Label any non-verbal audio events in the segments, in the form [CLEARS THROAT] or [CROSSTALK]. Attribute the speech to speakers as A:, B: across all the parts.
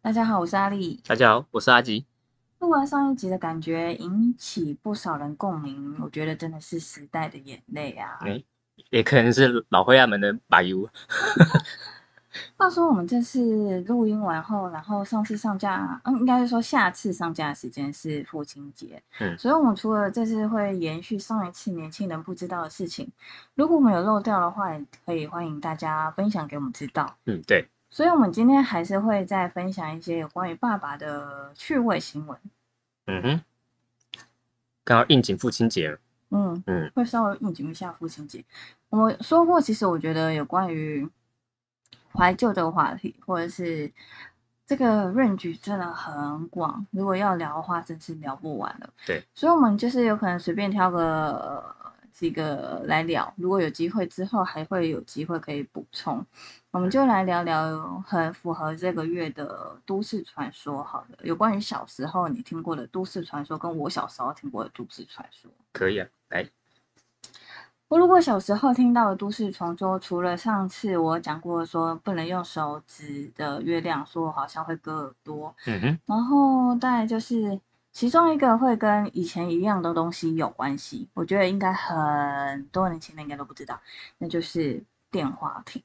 A: 大家好，我是阿丽。
B: 大家好，我是阿吉。
A: 录完上一集的感觉，引起不少人共鸣。我觉得真的是时代的眼泪啊！
B: 哎、也可能是老灰暗门的把油。
A: 话说我们这次录音完后，然后上次上架，嗯，应该是说下次上架的时间是父亲节，
B: 嗯
A: 所以我们除了这次会延续上一次年轻人不知道的事情，如果我们有漏掉的话，也可以欢迎大家分享给我们知道。
B: 嗯，对，
A: 所以，我们今天还是会再分享一些有关于爸爸的趣味新闻。
B: 嗯哼，刚好应景父亲节了。
A: 嗯
B: 嗯，
A: 会稍微应景一下父亲节。我说过，其实我觉得有关于怀旧这个话题，或者是这个 range 真的很广，如果要聊的话，真是聊不完了。
B: 对，
A: 所以我们就是有可能随便挑个、呃几个来聊。如果有机会之后还会有机会可以补充，我
B: 嗯
A: 们就来聊聊很符合这个月的都市传说好了，有关于小时候你听过的都市传说，跟我小时候听过的都市传说。
B: 可以啊，来，
A: 我如果小时候听到的都市传说，除了上次我讲过说不能用手指的月亮，说好像会割耳朵，
B: 嗯哼，
A: 然后再来就是其中一个会跟以前一样的东西有关系，我觉得应该很多年轻人应该都不知道，那就是电话亭。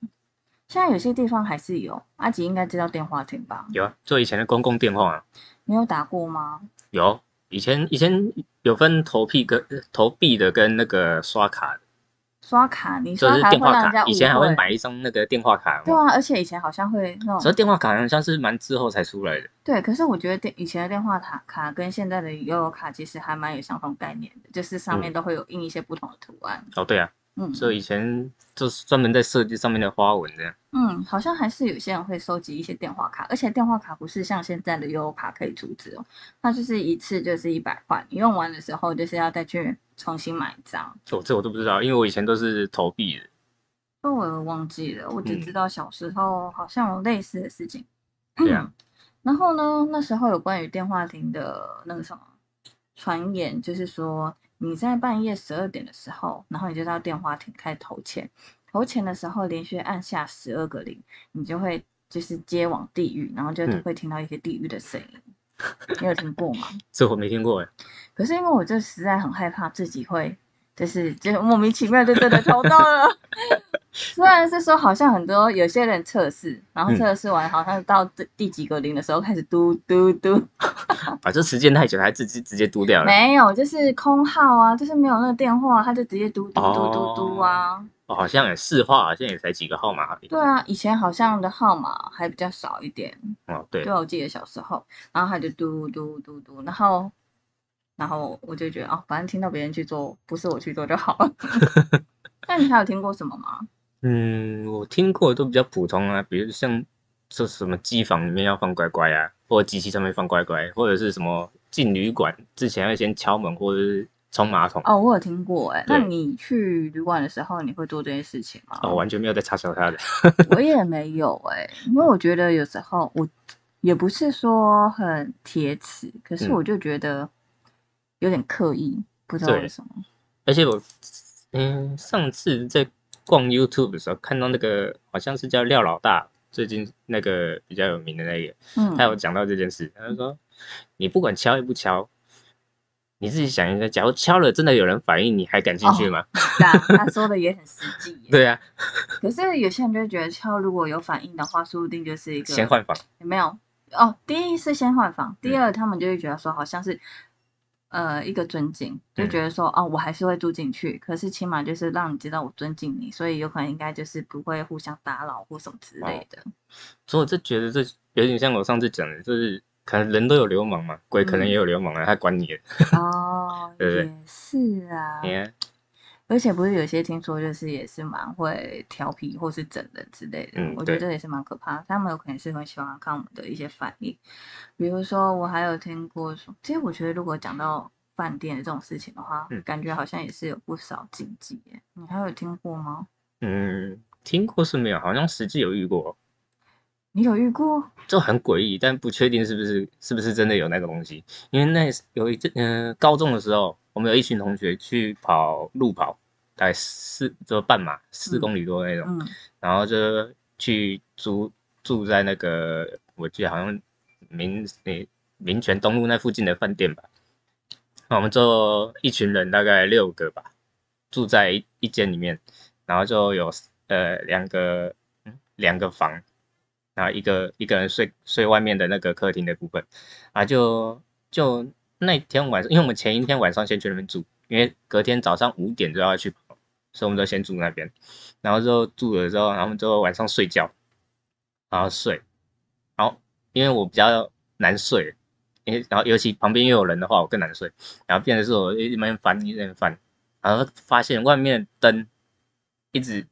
A: 现在有些地方还是有，阿吉应该知道电话亭吧？
B: 有啊，做以前的公共电话啊，
A: 你有打过吗？
B: 有，以前以前有分投币跟投币的跟那个刷卡的，
A: 刷卡，你
B: 就
A: 刷
B: 是
A: 卡
B: 电
A: 会
B: 话
A: 让人家
B: 卡，
A: 误
B: 以前还会
A: 会。
B: 买一张那个电话卡
A: 对
B: 嘛。
A: 啊，而且以前好像会那
B: 只
A: 种
B: 是电话卡好像是蛮之后才出来的。
A: 对，可是我觉得电以前的电话卡卡跟现在的悠游卡其实还蛮有相同概念的，就是上面都会有印一些不同的图案。
B: 哦，对啊，
A: 嗯
B: 所以以前就是专门在设计上面的花纹这样。
A: 嗯，好像还是有些人会收集一些电话卡，而且电话卡不是像现在的悠游卡可以储值哦，它就是一次就是一百块，你用完的时候就是要再去重新买一张。
B: 哦，这我都不知道，因为我以前都是投币的。
A: 那我也忘记了，我只
B: 嗯
A: 知道小时候好像有类似的事情。
B: 对啊
A: [CLEARS THROAT] 然后呢，那时候有关于电话亭的那个什么传言，就是说你在半夜十二点的时候，然后你就到电话亭开始投钱，投钱的时候连续按下十二个零，你就会就是接往地狱，然后就
B: 嗯
A: 会听到一些地狱的声音。你有听过吗？
B: 这我没听过哎。
A: 可是因为我就实在很害怕自己会，就是就莫名其妙就真的投到了。 [LAUGHS] 虽然是说好像很多有些人测试，然后
B: 嗯
A: 测试完好像到第第几个零的时候开始嘟嘟嘟，
B: 反正时间太久，还直接直接嘟掉了。
A: 没有，就是空号啊，就是没有那个电话，他就直接嘟嘟嘟嘟嘟啊。
B: 哦，好像也市话好像也才几个号码而已。
A: 对啊，以前好像的号码还比较少一点，
B: 哦，对
A: 对，我记得小时候，然后他就嘟嘟嘟嘟，然后。然后我就觉得哦，反正听到别人去做，不是我去做就好了。 [LAUGHS] 那你还有听过什么吗？
B: 嗯，我听过的都比较普通啊，比如像说什么机房里面要放乖乖啊，或者机器上面放乖乖，或者是什么进旅馆之前要先敲门或者是冲马桶。
A: 哦，我有听过哎、那
B: 对
A: 你去旅馆的时候，你会做这些事情吗？
B: 哦，完全没有在插小他的。
A: 我也没有哎、因为我觉得有时候我也不是说很铁齿，可是
B: 嗯
A: 我就觉得有点刻意，不知道为
B: 对
A: 什么。
B: 而且我，嗯，上次在逛 YouTube 的时候看到那个好像是叫廖老大，最近那个比较有名的那个，
A: 嗯
B: 他，有讲到这件事，他就说你不管敲也不敲，你自己想一下，假如敲了真的有人反应，你还敢进
A: 哦
B: 去吗？ [LAUGHS]
A: 但啊他说的也很实 [LAUGHS] 际耶。
B: 对啊，
A: 可是有些人就会觉得敲如果有反应的话，说不定就是一个
B: 先换房，
A: 有没有？哦，第一是先换房，第
B: 嗯
A: 二他们就会觉得说好像是，呃，一个尊敬，就
B: 嗯
A: 觉得说哦，我还是会住进去，可是起码就是让你知道我尊敬你，所以有可能应该就是不会互相打扰或什么之
B: 哦
A: 类
B: [LAUGHS]
A: 的。
B: 所以我就觉得这有点像我上次讲的，就是可能人都有流氓嘛，鬼可能
A: 嗯
B: 也有流氓啊，他管你的，哎
A: 哦，
B: 对不对
A: 也是啊，
B: 你看，
A: 而且不是有些听说就是也是蛮会调皮或是整人之类的，
B: 嗯
A: 我觉得
B: 对
A: 这也是蛮可怕的。他们有可能是很喜欢看我们的一些反应，比如说我还有听过说，其实我觉得如果讲到饭店的这种事情的话，
B: 嗯
A: 感觉好像也是有不少禁忌耶。你还有听过吗？
B: 嗯，听过是没有，好像实际有遇过，
A: 你有遇过？
B: 就很诡异，但不确定是不是是不是真的有那个东西，因为那有一阵，嗯、高中的时候，我们有一群同学去跑路跑，大概四就半马，
A: 嗯
B: 四公里多那种。
A: 嗯
B: 然后就去租住在那个，我记得好像民诶民权东路那附近的饭店吧。那我们就一群人，大概六个吧，住在一一间里面，然后就有呃两个嗯两个房，然后一个一个人睡睡外面的那个客厅的部分，啊就就那天晚上，因为我们前一天晚上先去那边住，因为隔天早上五点就要去跑，所以我们就先住那边，然后之后住了之后，然后我们就晚上睡觉，然后睡，然后因为我比较难睡，因为然后尤其旁边又有人的话，我更难睡，然后变成是我一边翻一边翻，然后发现外面的灯一直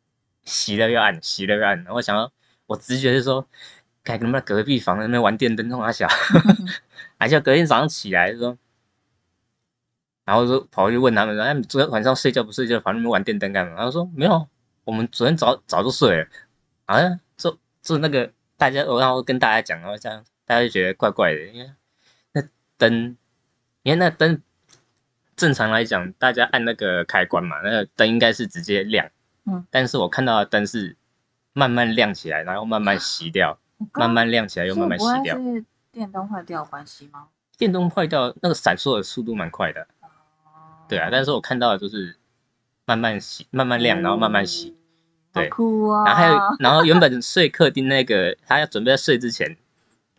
B: 熄了又暗，熄了又暗，然后我想要。我直觉是说，看他妈隔壁房那边玩电灯，弄他小， [LAUGHS] 而且隔天早上起来说，然后说跑去问他们说，哎，你昨天晚上睡觉不睡觉，跑那边玩电灯干嘛？然后说没有，啊我们昨天早早就睡了，好像就就那个大家，我然后跟大家讲，然后这样大家就觉得怪怪的，因为那灯，因为那灯正常来讲，大家按那个开关嘛，那个灯应该是直接亮，
A: 嗯，
B: 但是我看到的灯是。慢慢亮起来，然后慢慢熄掉，慢慢亮起来又慢慢熄
A: 啊所。以
B: 掉
A: 不会是电灯坏掉的关系吗？
B: 电灯坏掉，那个闪烁的速度蛮快的，对
A: 哦
B: 啊。但是我看到的就是慢慢熄，慢慢亮，然后慢
A: 嗯
B: 慢熄。对
A: 好酷啊！
B: 然后还有，然后原本睡客厅那个，他要准备要睡之前，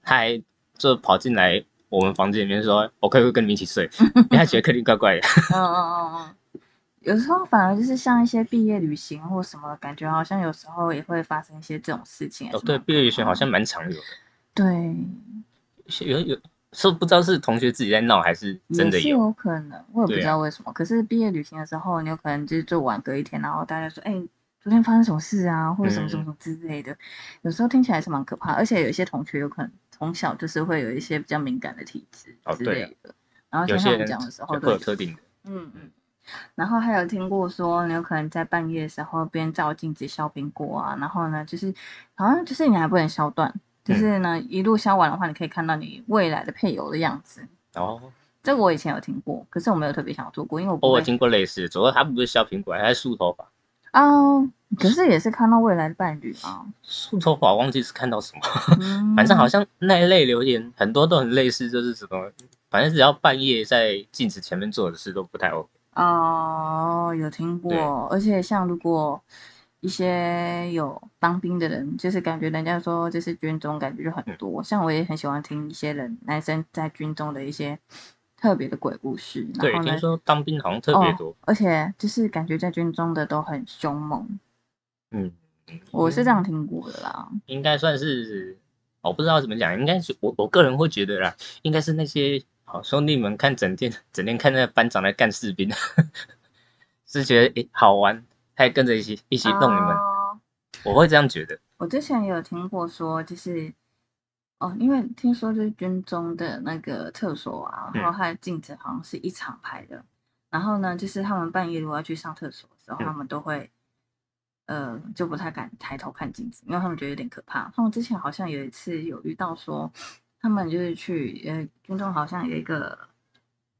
B: 他还就跑进来我们房间里面说：“我可不可以跟你们一起睡？”因为他觉得客厅怪
A: [LAUGHS]
B: 怪的。
A: 嗯嗯嗯嗯，有时候反而就是像一些毕业旅行或什么，感觉好像有时候也会发生一些这种事情。还是
B: 哦，对，
A: 蛮
B: 毕业旅行好像蛮常有的，
A: 对，
B: 有有是不知道是同学自己在闹还是真的
A: 也是
B: 有。
A: 有可能，我也不
B: 对啊
A: 知道为什么。可是毕业旅行的时候，你有可能就是就晚隔一天，然后大家说：“哎、昨天发生什么事啊？”或者什么什
B: 嗯
A: 么什么之类的。有时候听起来是蛮可怕，而且有一些同学有可能从小就是会有一些比较敏感的体质
B: 哦
A: 之
B: 对啊
A: 类的。然后
B: 有
A: 像他
B: 些
A: 们
B: 人
A: 讲的时候，
B: 会有特定的，
A: 嗯嗯。然后还有听过说，你有可能在半夜的时候边照镜子削苹果啊，然后呢，就是好像就是你还不能削断，就是呢、一路削完的话，你可以看到你未来的配偶的样子。
B: 然后
A: 这个我以前有听过，可是我没有特别想做过，因为我
B: 哦，
A: 不
B: 我
A: 会
B: 有听过类似的，主要他不是削苹果，他在梳头发。
A: 哦，可是也是看到未来的伴侣
B: [LAUGHS]
A: 啊，
B: 梳头发忘记是看到什么，
A: 嗯
B: 反正好像那一类留言很多都很类似，就是什么，反正只要半夜在镜子前面做的事都不太 OK。
A: 哦，有听
B: 对
A: 过，而且像如果一些有当兵的人，就是感觉人家说就是军中感觉就
B: 嗯
A: 很多，像我也很喜欢听一些人男生在军中的一些特别的鬼故事，
B: 对
A: 然，后
B: 听
A: 呢，
B: 说当兵好像特别多，
A: 哦，而且就是感觉在军中的都很凶猛，
B: 嗯，
A: 我是这样听过的啦，
B: 应该算是，哦我不知道怎么讲，应该是我我个人会觉得啦，应该是那些好兄弟们看整天整天看那个班长在干士兵， [LAUGHS] 是觉得诶、好玩，还跟着一起一起弄你们，
A: 哦
B: 我会这样觉得。
A: 我之前也有听过说，就是哦，因为听说就是军中的那个厕所啊，然后
B: 嗯
A: 它的镜子好像是一场排的。然后呢，就是他们半夜如果要去上厕所的时候，
B: 嗯
A: 他们都会呃就不太敢抬头看镜子，因为他们觉得有点可怕。他们之前好像有一次有遇到说，他们就是去呃军中好像有一个，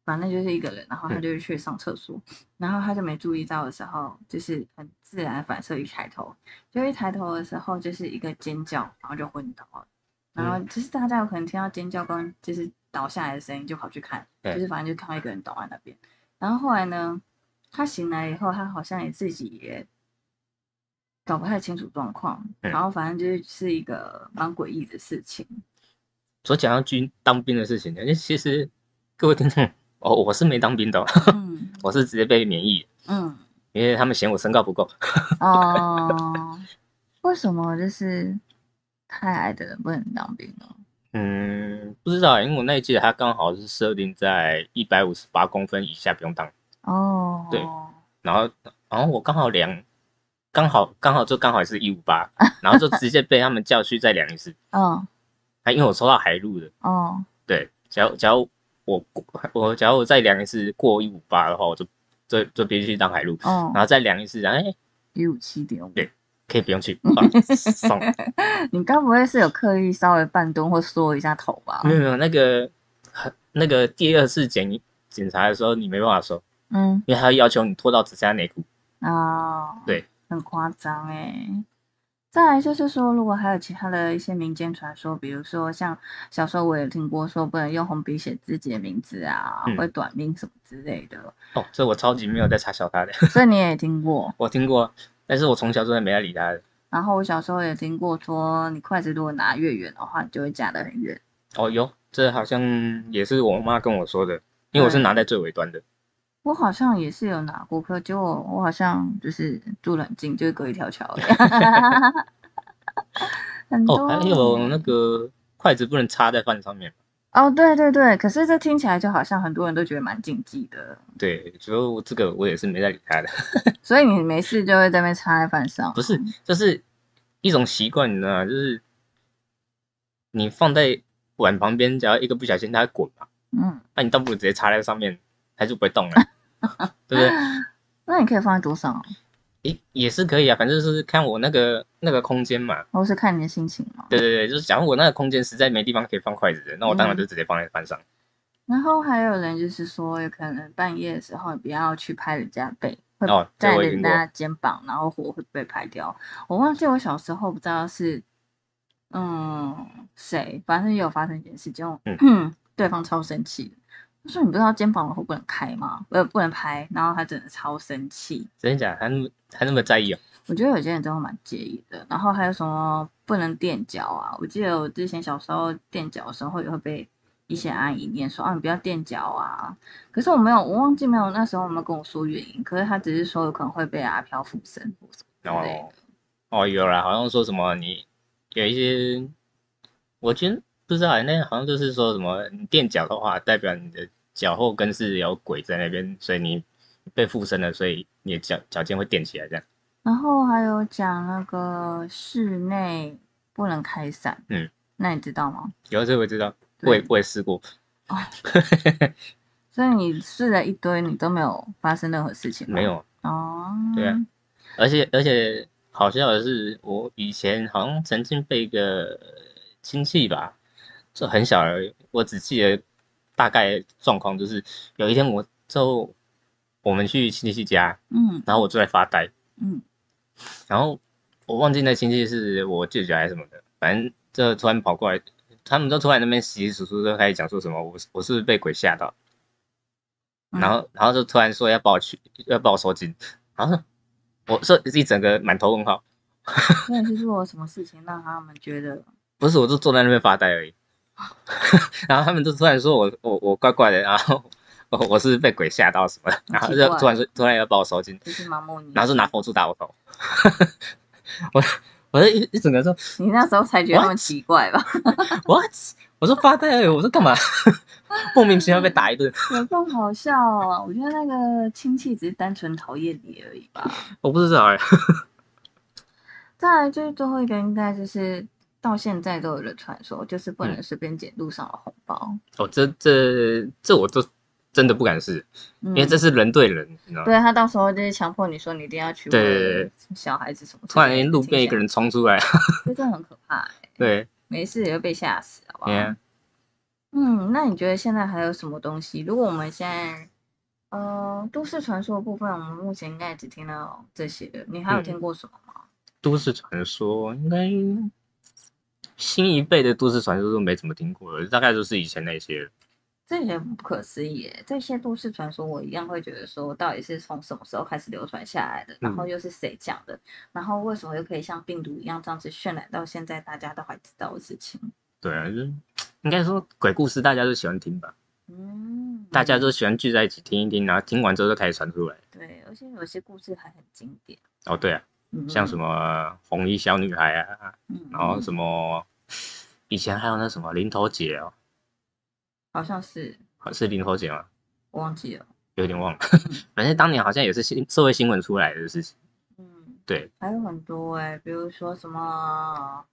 A: 反正就是一个人，然后他
B: 嗯
A: 就是去上厕所，然后他就没注意到的时候，就是很自然反射一抬头，就一抬头的时候就是一个尖叫，然后就昏倒了。然
B: 嗯
A: 后就是大家有可能听到尖叫跟就是倒下来的声音，就跑去看，
B: 对
A: 就是反正就看到一个人倒在那边。然后后来呢，他醒来以后，他好像也自己也搞不太清楚状况，
B: 嗯
A: 然后反正就是是一个蛮诡异的事
B: [LAUGHS]
A: 情。
B: 所讲到军当兵的事情，因为其实各位听众，哦，我是没当兵的哦，
A: 嗯
B: 我是直接被免役，
A: 嗯
B: 因为他们嫌我身高不够。
A: 哦，为什么就是太矮的人不能当兵呢？
B: 嗯，不知道欸，因为我那一届他刚好是设定在一百五十八公分以下不用当，
A: 哦，
B: 对然后然后我刚好量，刚好刚好就刚好是一五八，然后就直接被他们叫去再量一次。
A: 嗯
B: 啊，因为我抽到海陆的，
A: 哦
B: 对，假如假如我过我假如我再量一次过一五八的话，我就就就必须去当海陆，然
A: 哦，
B: 后再量一次，然后哎、
A: 一五七点五。
B: 对可以不用去，啊、爽。
A: 你该不会是有刻意稍微半蹲或缩一下头吧？
B: 没有没有，那个很那个第二次检检查的时候，你没办法收，
A: 嗯
B: 因为他要求你脱到只剩下内裤。
A: 啊，
B: 对，
A: 很夸张哎。再来就是说，如果还有其他的一些民间传说，比如说像小时候我也听过说不能用红笔写自己的名字啊，
B: 嗯
A: 会短命什么之类的，
B: 哦，这我超级没有在查小他的， [LAUGHS]
A: 所以你也听过。
B: 我听过，但是我从小真的没在理他的。
A: 然后我小时候也听过说，你筷子如果拿越远的话，你就会夹得很远。
B: 哦，有，这好像也是我妈跟我说的，因为我是
A: 嗯
B: 拿在最尾端的。
A: 我好像也是有拿过，可结果我好像就是住得很近，就是隔一条桥而
B: [LAUGHS]
A: 已。很多嗯
B: 哦，还有那个筷子不能插在饭上面。
A: 哦，对对对，可是这听起来就好像很多人都觉得蛮禁忌的，
B: 对，所以我这个我也是没在理他的。 [LAUGHS]
A: 所以你没事就会在那边插在饭上。
B: 不是，就是一种习惯，你知道吗？就是你放在碗旁边，只要一个不小心它会滚嘛，
A: 嗯，
B: 那你倒不如直接插在上面，它就不会动了，对不 [LAUGHS] 对？
A: 那你可以放在桌上哦，
B: 也也是可以啊，反正就是看我那个那个空间嘛。
A: 或是看你的心情哦嘛。
B: 对对对，就是假如我那个空间实在没地方可以放筷子的，那我当然
A: 嗯
B: 就直接放在饭上。
A: 然后还有人就是说，有可能半夜的时候你不要去拍人家背，会
B: 哦这
A: 在
B: 我也
A: 人
B: 听过
A: 家肩膀，然后火会被拍掉。我忘记我小时候不知道是嗯谁，反正有发生一件事情，我
B: 嗯
A: [CLEARS THROAT] 对方超生气的。他说：“你不知道肩膀的火不能开吗？呃，不能拍。”然后他真的超生气。
B: 真的假的？还那么还那么在意哦？
A: 我觉得有些人真的蛮介意的。然后还有什么不能垫脚啊？我记得我之前小时候垫脚的时候也会被一些阿姨念说啊，你不要垫脚啊。可是我没有，我忘记没有那时候有没有跟我说原因。可是他只是说有可能会被阿飘附身或什么之
B: 然后
A: 类的。
B: 哦有啦，好像说什么你有一些，我觉得不知道欸，那好像就是说什么你垫脚的话，代表你的脚后跟是有鬼在那边，所以你被附身了，所以你的脚脚尖会垫起来这样。
A: 然后还有讲那个室内不能开伞，
B: 嗯，
A: 那你知道吗？
B: 有这我知道，我也
A: 对
B: 我也试过。
A: 哦所以你试了一堆，你都没有发生任何事情吗，
B: 没有，
A: 哦，
B: 对啊而且而且好笑的是，我以前好像曾经被一个亲戚吧，就很小而已，我只记得大概状况，就是有一天我就我们去亲戚家，
A: 嗯
B: 然后我就在发呆，
A: 嗯，
B: 然后我忘记那亲戚是我舅舅还是什么的，反正就突然跑过来，他们都突然那边稀稀疏疏就开始讲说什么我是我是不是被鬼吓到，
A: 嗯
B: 然后然后就突然说要把我去要把我收紧，然后我说一整个满头问号，
A: 那你是做了什么事情让他们觉得
B: 不是我就坐在那边发呆而已， [LAUGHS] 然后他们就突然说我我我怪怪的，然后我我是被鬼吓到什么的，然后
A: 奇
B: 就
A: 怪
B: 突然说突然要把我收紧，
A: 就是盲目你？
B: 然后就拿佛珠打我头， [LAUGHS] 我我就一一整个说。
A: 你那时候才觉得他们
B: What？
A: 奇怪吧？ [LAUGHS]
B: what？我说发呆而已，我说干嘛？ [LAUGHS] 莫名其妙被打一顿，
A: 有更好笑啊！我觉得那个亲戚只是单纯讨厌你而已吧。
B: 我不知道哎、
A: 再来就是最后一个，应该就是到现在都有的传说，就是不能
B: 嗯
A: 随便捡路上的红包，
B: 哦，这这这我都真的不敢试，
A: 因
B: 因为这是人对人，你知道
A: 嗯
B: 吗？
A: 对他到时候就是强迫你说你一定要娶我
B: 对对对
A: 的小孩子什么之
B: 突
A: 类的，
B: 然路边一个人冲出来，
A: 听起来，这真的很可怕、欸。
B: 对，
A: 没事也会被吓死，好不好？
B: 你看，
A: 嗯，那你觉得现在还有什么东西？如果我们现在，呃，都市传说的部分，我们目前应该也只听到这些了。你还有
B: 嗯
A: 听过什么吗？
B: 都市传说应该新一辈的都市传说都没怎么听过了，大概就是以前那些。
A: 这也很不可思议耶，这些都市传说，我一样会觉得说，到底是从什么时候开始流传下来的？
B: 嗯
A: 然后又是谁讲的？然后为什么又可以像病毒一样这样子渲染到现在大家都还知道的事情？
B: 对啊，就是应该说鬼故事大家都喜欢听吧，
A: 嗯，
B: 大家都喜欢聚在一起听一听，然后听完之后就开始传出来。
A: 对，而且有些故事还很经典，
B: 哦，对啊，
A: 嗯，
B: 像什么红衣小女孩啊，
A: 嗯，
B: 然后
A: 嗯
B: 什么，以前还有那什么林头姐哦，
A: 好像是
B: 是林头姐吗？
A: 我忘记了，
B: 有点忘了， [LAUGHS]
A: 嗯
B: 反正当年好像也是新社会新闻出来的事情。
A: 嗯。
B: 对，
A: 还有很多哎、比如说什么，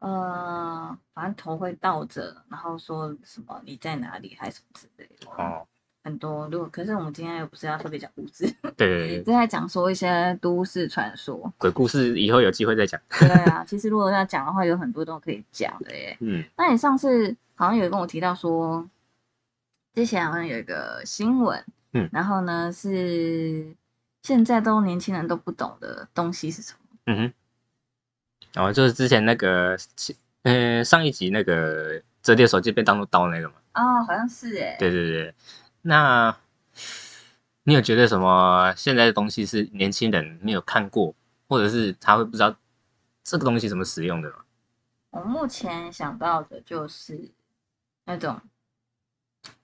A: 呃，反正头会倒着，然后说什么你在哪里，还什么之类的，
B: 哦，
A: 很多。如果可是我们今天又不是要特别讲故事， [LAUGHS]
B: 对对对
A: 是
B: 对，。
A: 在讲说一些都市传说
B: 鬼故事以后有机会再讲。
A: 对啊，其实如果要讲的话，有很多都可以讲的耶。
B: 嗯，
A: 那你上次好像有跟我提到说，之前好像有一个新闻，
B: 嗯
A: 然后呢是现在都年轻人都不懂的东西是什么？
B: 嗯哼，然后就是之前那个，呃，上一集那个折叠手机被当做刀那个嘛。
A: 哦，好像是哎、
B: 对对对，那你有觉得什么现在的东西是年轻人没有看过，或者是他会不知道这个东西怎么使用的吗？
A: 我目前想到的就是那种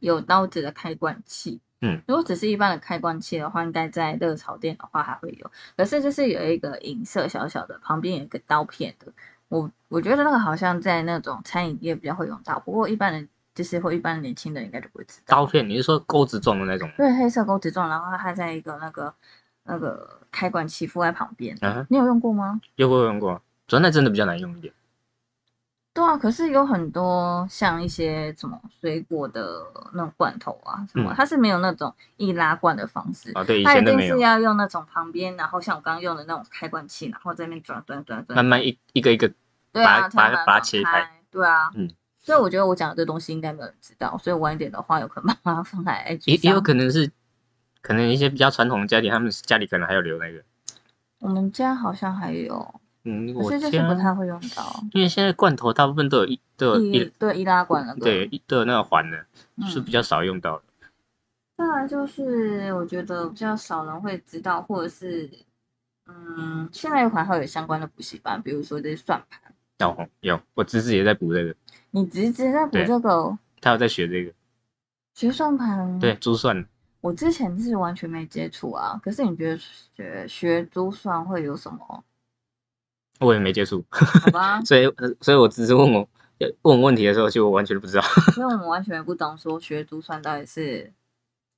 A: 有刀子的开关器。
B: 嗯，
A: 如果只是一般的开关器的话，应该在热炒店的话还会有。可是就是有一个银色小小的，旁边有一个刀片的。我我觉得那个好像在那种餐饮业比较会用到，不过一般人就是或一般的年轻人应该就不会知道。
B: 刀片，你是说钩子状的那种吗？
A: 对，黑色钩子状，然后它在一个那个那个开关器附在旁边。
B: 嗯哼，
A: 你有用过吗？
B: 有过有用过，主要那真的比较难用一点。
A: 对啊，可是有很多像一些什么水果的那种罐头啊，什么、
B: 嗯
A: 它是没有那种易拉罐的方式，
B: 哦，对，以
A: 它一
B: 前都
A: 定
B: 没有
A: 是，要用那种旁边，然后像我刚刚用的那种开关器，然后在那边转转转转，
B: 慢慢一一个一个，
A: 对啊，
B: 把把
A: 才能
B: 把它
A: 转
B: 切
A: 开，对啊，
B: 嗯，
A: 所以我觉得我讲的这东西应该没有人知道，所以晚一点的话，有可能把它放在 IG
B: 也也有
A: 上
B: 可能是，可能一些比较传统的家庭，他们家里可能还有留那个。
A: 我们家好像还有，
B: 嗯，
A: 可
B: 我
A: 是就是不
B: 家
A: 太会用到。
B: 因为现在罐头大部分都有一都有
A: 易
B: 一
A: 对易拉罐那个，
B: 对，一都有那个环的，是
A: 嗯
B: 比较少用到的。
A: 再来就是我觉得比较少人会知道，或者是嗯，现在有可能还有相关的补习班，比如说这些算盘。
B: 有有，我侄子也在补这个，
A: 你侄子在补
B: 对
A: 这个
B: 他有在学这个，
A: 学算盘，
B: 对，，珠算。
A: 我之前是完全没接触啊。可是你觉得学学珠算会有什么？
B: 我也没接触，，
A: 好吧
B: [LAUGHS] 所以呃所以我只是问我要问我问题的时候，其实我完全不知道。 [LAUGHS]
A: 因为我们完全不懂说学珠算到底是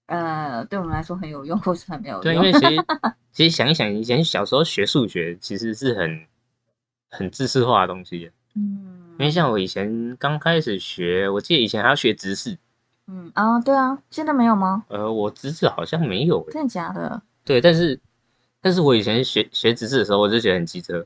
A: 呃对我们来说很有用，或是很没有
B: 对，因
A: 用。
B: 为其实其实想一想，以前小时候学数学其实是很很知识化的东西，
A: 嗯
B: 因为像我以前刚开始学，我记得以前还要学直视，
A: 嗯啊，对啊，现在没有吗？
B: 呃，我直视好像没有欸
A: 真的假的？
B: 对，但是但是我以前学学直视的时候，我就觉得很机车，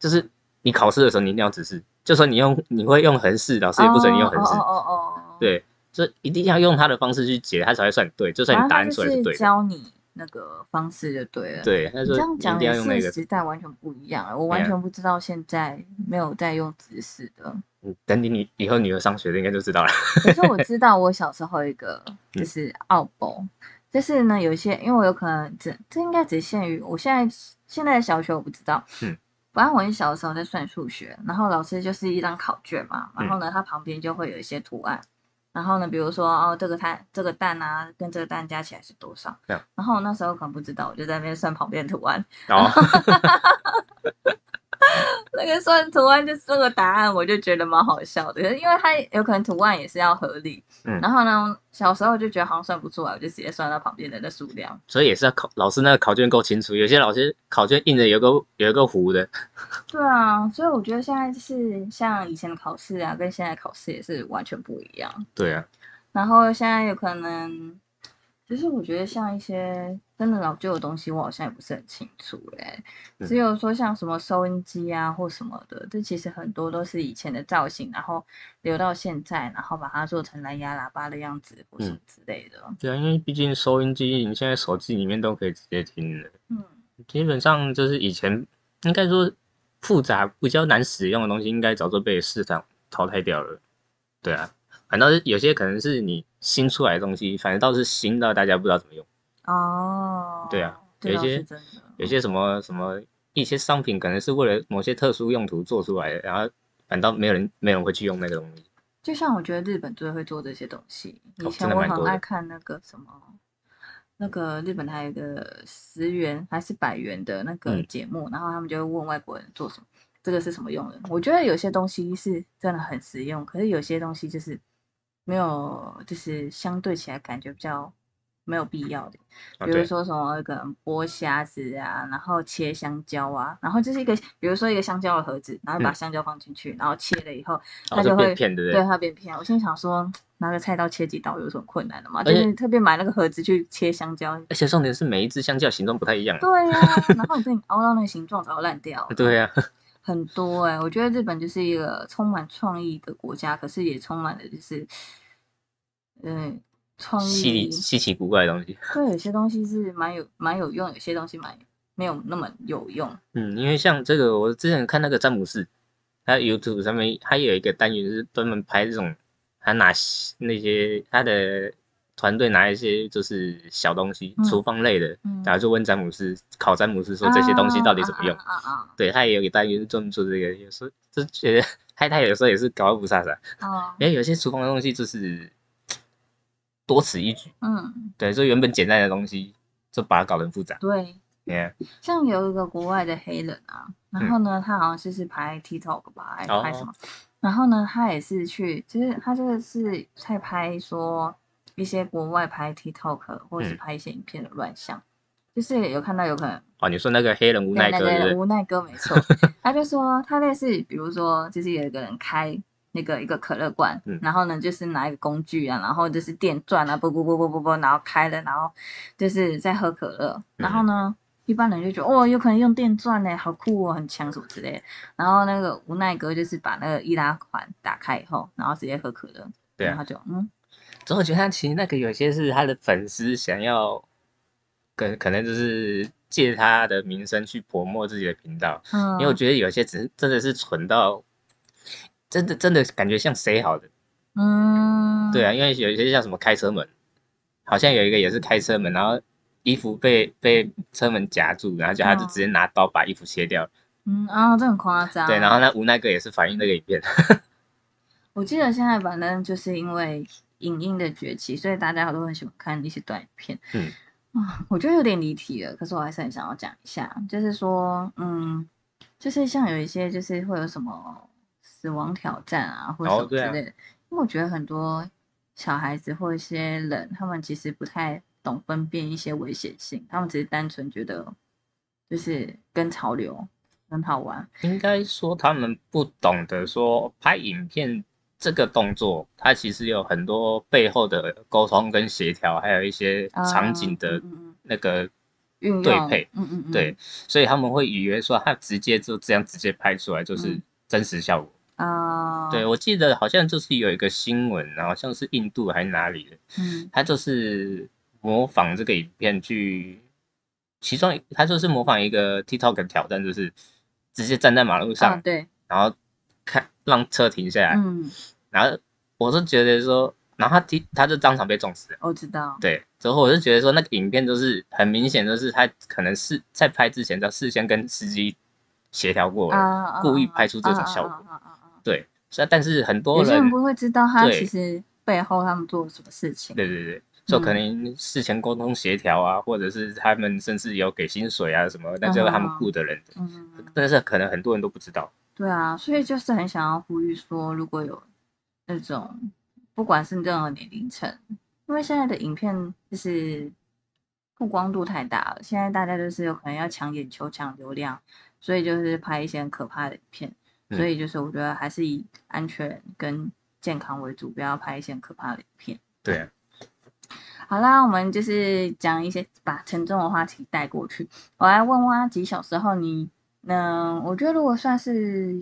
B: 就是你考试的时候你一定要直视，就算你用你会用横式，老师也不准你用横
A: 哦
B: 式，
A: 哦哦哦哦，
B: 对，就一定要用他的方式去解，他才会算对，就
A: 反正
B: 算你答
A: 他
B: 案出来
A: 就是
B: 对的，
A: 教你那个方式就对了。，
B: 对，他
A: 你
B: 说
A: 这样
B: 你一
A: 讲
B: 定
A: 也
B: 要用那
A: 是
B: 个，
A: 时代完全不一样了。我
B: 对
A: 完
B: 啊
A: 全不知道现在没有在用直视的。
B: 嗯等你女以后女儿上学的应该就知道了，
A: 可是我知道我小时候有一
B: [LAUGHS]
A: 个
B: 嗯
A: 就是奥博，就是呢有一些，因为我有可能这这应该只限于我现在现在的小学我不知道，
B: 嗯，
A: 反正我很小的时候在算数学，然后老师就是一张考卷嘛，然
B: 嗯
A: 后呢它旁边就会有一些图案，然后呢比如说哦这个蛋这个蛋啊跟这个蛋加起来是多少，
B: 这样
A: 然后我那时候可能不知道，我就在那边算旁边的图案，
B: 然
A: [LAUGHS]
B: 后
A: 那个算图案就是这个答案，我就觉得蛮好笑的，因为它有可能图案也是要合理。
B: 嗯
A: 然后呢，小时候就觉得好像算不出来，我就直接算到旁边人的数量。
B: 所以也是要考老师那个考卷够清楚，有些老师考卷印的有个有一个弧的， [LAUGHS]
A: 对啊，所以我觉得现在就是像以前的考试啊，跟现在考试也是完全不一样。
B: 对啊，
A: 然后现在有可能，就是我觉得像一些真的老旧的东西，我好像也不是很清楚哎、
B: 嗯
A: 只有说像什么收音机啊或什么的，这其实很多都是以前的造型，然后留到现在，然后把它做成蓝牙喇叭的样子
B: 嗯
A: 或什么之类的。
B: 对啊，因为毕竟收音机你现在手机里面都可以直接听了。
A: 嗯，
B: 基本上就是以前应该说复杂、比较难使用的东西，应该早就被市场淘汰掉了。对啊，反倒是有些可能是你新出来的东西，反倒是新到大家不知道怎么用。
A: 哦，
B: 对啊
A: 这
B: 有一
A: 倒是
B: 些
A: 真的，
B: 有些什么 [LAUGHS] 什么一些商品，可能是为了某些特殊用途做出来的，然后反倒没有人没有人会去用那个东西。
A: 就像我觉得日本最会做这些东西。
B: 哦
A: 以前
B: 真的
A: 我
B: 蛮
A: 很
B: 多的
A: 爱看那个什么，那个日本还有一个十元还是百元的那个
B: 嗯
A: 节目，然后他们就会问外国人做什么，这个是什么用的。我觉得有些东西是真的很实用，可是有些东西就是没有，就是相对起来感觉比较没有必要的。
B: 啊，
A: 比如
B: 对，
A: 说什么可能剥虾子啊，然后切香蕉啊，然后就是一个，比如说一个香蕉的盒子，然后你把
B: 嗯
A: 香蕉放进去，然后切了以后，
B: 然后
A: 它
B: 就
A: 就
B: 被
A: 会
B: 骗，对不
A: 对
B: 对？
A: 它变片。我现在想说，拿个菜刀切几刀有什么困难的吗？
B: 而
A: 就
B: 且
A: 是特别买那个盒子去切香蕉。
B: 而且重点是每一只香蕉形状不
A: [LAUGHS]
B: 太一样。
A: 对呀、然后你等你凹到那个形状，早就烂掉了。
B: [LAUGHS] 对啊，
A: 很多哎、我觉得日本就是一个充满创意的国家，可是也充满了就是，嗯，创
B: 稀
A: 意
B: 里稀奇古怪的东西。
A: 对，有些东西是蛮有蛮有用，有些东西蛮没有那么有用。
B: 嗯，因为像这个，我之前看那个詹姆士，他 YouTube 上面他有一个单元是专门拍这种，他拿西那些他的团队拿一些就是小东西，
A: 嗯
B: 厨房类的，
A: 嗯
B: 然后就问詹姆斯，考詹姆斯说这些东西到底怎么用。
A: 啊啊啊啊
B: 对他也有一个单元是专门做这个，有时候就觉得他他有时候也是搞到不飒飒，
A: 啊啊！
B: 因为有些厨房的东西就是多此一举，
A: 嗯，
B: 对，就原本简单的东西就把它搞得很复杂，
A: 对，
B: 对啊
A: 像有一个国外的黑人啊，然后呢，他好像就是拍 TikTok 吧，还
B: 嗯哦
A: 拍什么？然后呢，他也是去，就是他这个是在拍说一些国外拍 TikTok 或者是
B: 嗯
A: 拍一些影片的乱象，就是有看到有可能
B: 哦，你说那个黑人无
A: 对
B: 奈
A: 对
B: 哥对不
A: 对，
B: 对？
A: 无奈哥没错，他就说他类似比如说就是有一个人开。那个一个可乐罐，
B: 嗯
A: 然后呢，就是拿一个工具啊，然后就是电钻啊，啵啵啵啵啵啵，然后开了，然后就是在喝可乐。然
B: 嗯
A: 后呢，一般人就觉得哦，有可能用电钻呢，好酷哦，很强什么之类的。然后那个无奈哥就是把那个易拉款打开以后，然后直接喝可乐，
B: 对啊
A: 然后就嗯，
B: 总我觉得他其实那个有些是他的粉丝想要，可可能就是借他的名声去泼墨自己的频道，
A: 嗯
B: 因为我觉得有些只是真的是蠢到，真的真的感觉像谁好的。
A: 嗯，
B: 对啊，因为有一些像什么开车门，好像有一个也是开车门，然后衣服被被车门夹住，然后就他就
A: 嗯
B: 直接拿刀把衣服切掉。
A: 嗯啊，这很夸张。
B: 对，然后那无奈哥也是反映那个影片，
A: 我记得现在反正就是因为影音的崛起，所以大家都很喜欢看一些短影片。
B: 嗯
A: 啊，我觉得有点离题了，可是我还是很想要讲一下，就是说，嗯，就是像有一些就是会有什么死亡挑战啊，或者
B: 哦
A: 什么之
B: 对啊
A: 类的，因为我觉得很多小孩子或一些人，他们其实不太懂分辨一些危险性，他们只是单纯觉得就是跟潮流很好玩，
B: 应该说他们不懂得说拍影片这个动作，它其实有很多背后的沟通跟协调，还有一些
A: 啊
B: 场景的
A: 嗯嗯嗯
B: 那个
A: 运用，
B: 对配，
A: 嗯嗯嗯，
B: 对，所以他们会以为说他直接就这样直接拍出来就是
A: 嗯
B: 真实效果。
A: 啊，
B: 对，我记得好像就是有一个新闻，好像是印度还是哪里的，
A: 嗯
B: 他就是模仿这个影片去，其中他就是模仿一个 TikTok 的挑战，就是直接站在马路上，
A: 啊，对，
B: 然后看让车停下来，
A: 嗯，
B: 然后我是觉得说，然后他提他就当场被撞死了。
A: 我知道，
B: 对，之后我就觉得说，那个影片就是很明显，就是他可能是在拍之前，他事先跟司机协调过了，
A: 啊，
B: 故意拍出这种效果。
A: 果。啊啊啊啊
B: 对，所以但是很多
A: 有些
B: 人
A: 人不会知道他
B: 对
A: 其实背后他们做了什么事情。
B: 对对对，就可
A: 嗯
B: 能事前沟通协调啊，或者是他们甚至有给薪水啊什么，那就是他们
A: 啊
B: 雇的人的。
A: 嗯，
B: 但是可能很多人都不知道，
A: 对啊，所以就是很想要呼吁说，如果有那种不管是任何年龄层，因为现在的影片就是曝光度太大了，现在大家就是有可能要抢眼球、抢流量，所以就是拍一些很可怕的影片。
B: 嗯
A: 所以就是我觉得还是以安全跟健康为主，不要拍一些很可怕的影片。
B: 对、啊，
A: 好啦，我们就是讲一些把沉重的话题带过去。我来问问阿吉，小时候你，嗯，我觉得如果算是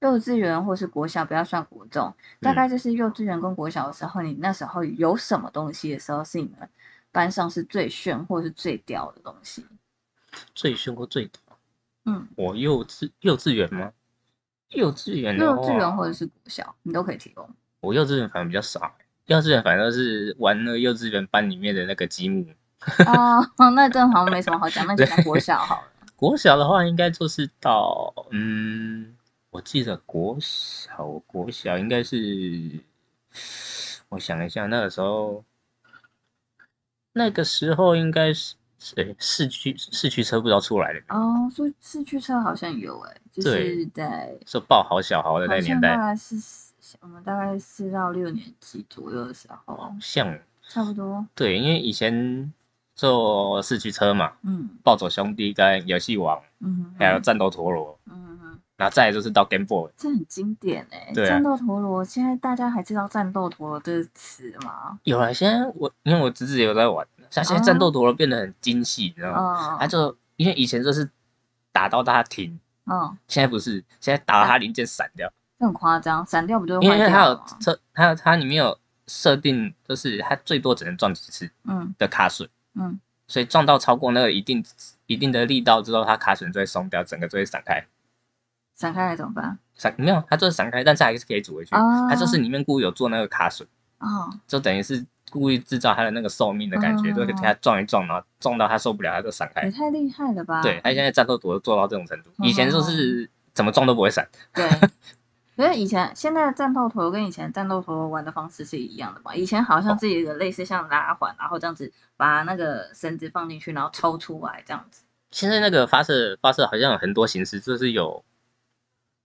A: 幼稚园或是国小，不要算国中，大概就是幼稚园跟国小的时候，你那时候有什么东西的时候是你们班上是最炫或是最屌的东西？
B: 最凶或最毒
A: 嗯，
B: 我幼稚幼稚园吗？幼稚园
A: 幼
B: 的
A: 稚园
B: 话
A: 或者是国小，你都可以提供。
B: 我幼稚园反正比较少，欸幼稚园反正是玩那个幼稚园班里面的那个积木。
A: 哦，那真的好像没什么好讲，那就讲国小好了。
B: 国小的话，应该就是到嗯，我记得国小，我国小应该是，我想一下，那个时候，那个时候应该是，诶，四驱四驱车不知道出来了没有，
A: 哦，所以四驱车好像有诶、欸就是
B: 对
A: 在
B: 是爆好小豪的那
A: 好
B: 个年
A: 像啊
B: 代，
A: 大概是四我们大概四到六年级左右的时候
B: 好，像
A: 差不多。
B: 对，因为以前坐四驱车嘛，
A: 嗯
B: 暴走兄弟跟游戏王，
A: 嗯，
B: 还有
A: 嗯
B: 战斗陀螺，
A: 嗯嗯，
B: 然后再来就是到 Game Boy，
A: 这很经典哎、
B: 对啊
A: 战斗陀螺，现在大家还知道战斗陀螺这个词吗？
B: 有了，现在我因为我侄子也有在玩，像现在战斗陀螺变得很精细，你知道吗？
A: 嗯
B: 他啊就因为以前就是打到它停，
A: 嗯，
B: 现在不是，现在打到它零件散掉，
A: 这很夸张，闪掉不就会
B: 因
A: 坏
B: 为它
A: 掉了哦
B: 有
A: 吗？
B: 车，它有它里面有设定，就是它最多只能撞几次
A: 嗯
B: 的卡水，
A: 嗯
B: 所以撞到超过那个一定一定的力道之后，它卡榫就会松掉，整个就会散开。
A: 散开来怎么办？
B: 散没有，它就是散开，但是还是可以组回去。
A: 哦
B: 它就是里面故意有做那个卡榫，
A: 哦，
B: 就等于是故意制造它的那个寿命的感觉，
A: 哦
B: 就给它撞一撞，然后撞到它受不了，它就散开
A: 也。太厉害了吧？
B: 哎对，它现在战斗组都做到这种程度，
A: 嗯
B: 以前就是怎么撞都不会散。
A: 对，因为以前现在的战斗陀螺跟以前战斗陀螺玩的方式是一样的嘛。以前好像是有个类似像拉环，然后这样子把那个绳子放进去，然后抽出来这样子。
B: 现在那个发射发射好像有很多形式，就是有，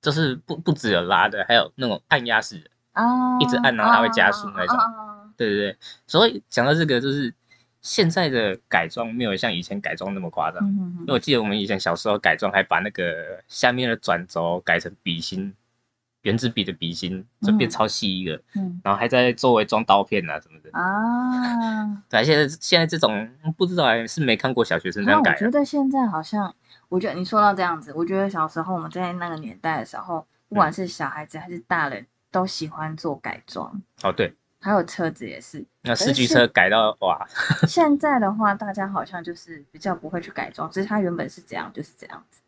B: 就是不不只有拉的，还有那种按压式的。
A: 啊，
B: 一直按然后它会加速那种
A: 啊啊啊啊
B: 对对对，所以讲到这个，就是现在的改装没有像以前改装那么夸张。
A: 嗯嗯
B: 因
A: 嗯
B: 为我记得我们以前小时候改装，还把那个下面的转轴改成笔芯，圆珠笔的笔芯，就变
A: 嗯
B: 超细一个，
A: 嗯
B: 然后还在周围装刀片啊什么的。
A: 啊。
B: 对，现在现在这种不知道还是没看过小学生这
A: 那
B: 样
A: 我
B: 改
A: 觉
B: 的。
A: 得现在好像，我觉得你说到这样子，我觉得小时候我们在那个年代的时候，不管是小孩子还是大人，都喜欢做改装，
B: 哦，对，
A: 还有车子也是。
B: 那
A: 是
B: 四驱
A: 现
B: 车改到哇，
A: 现在的话，大家好像就是比较不会去改装，就是它原本是怎样就是怎样子。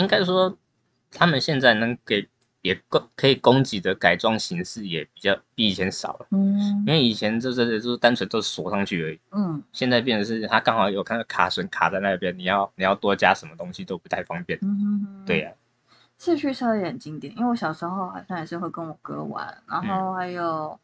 B: 应该说他们现在能给也供可以供给的改装形式也比较比以前少了，
A: 嗯
B: 因为以前就是就是单纯都是锁上去而已。
A: 嗯
B: 现在变成是它刚好有看到卡榫卡在那边，你要你要多加什么东西都不太方便。
A: 嗯，
B: 对。啊呀、
A: 四驱车也很经典，因为我小时候好像也是会跟我哥玩，
B: 嗯
A: 然后还有，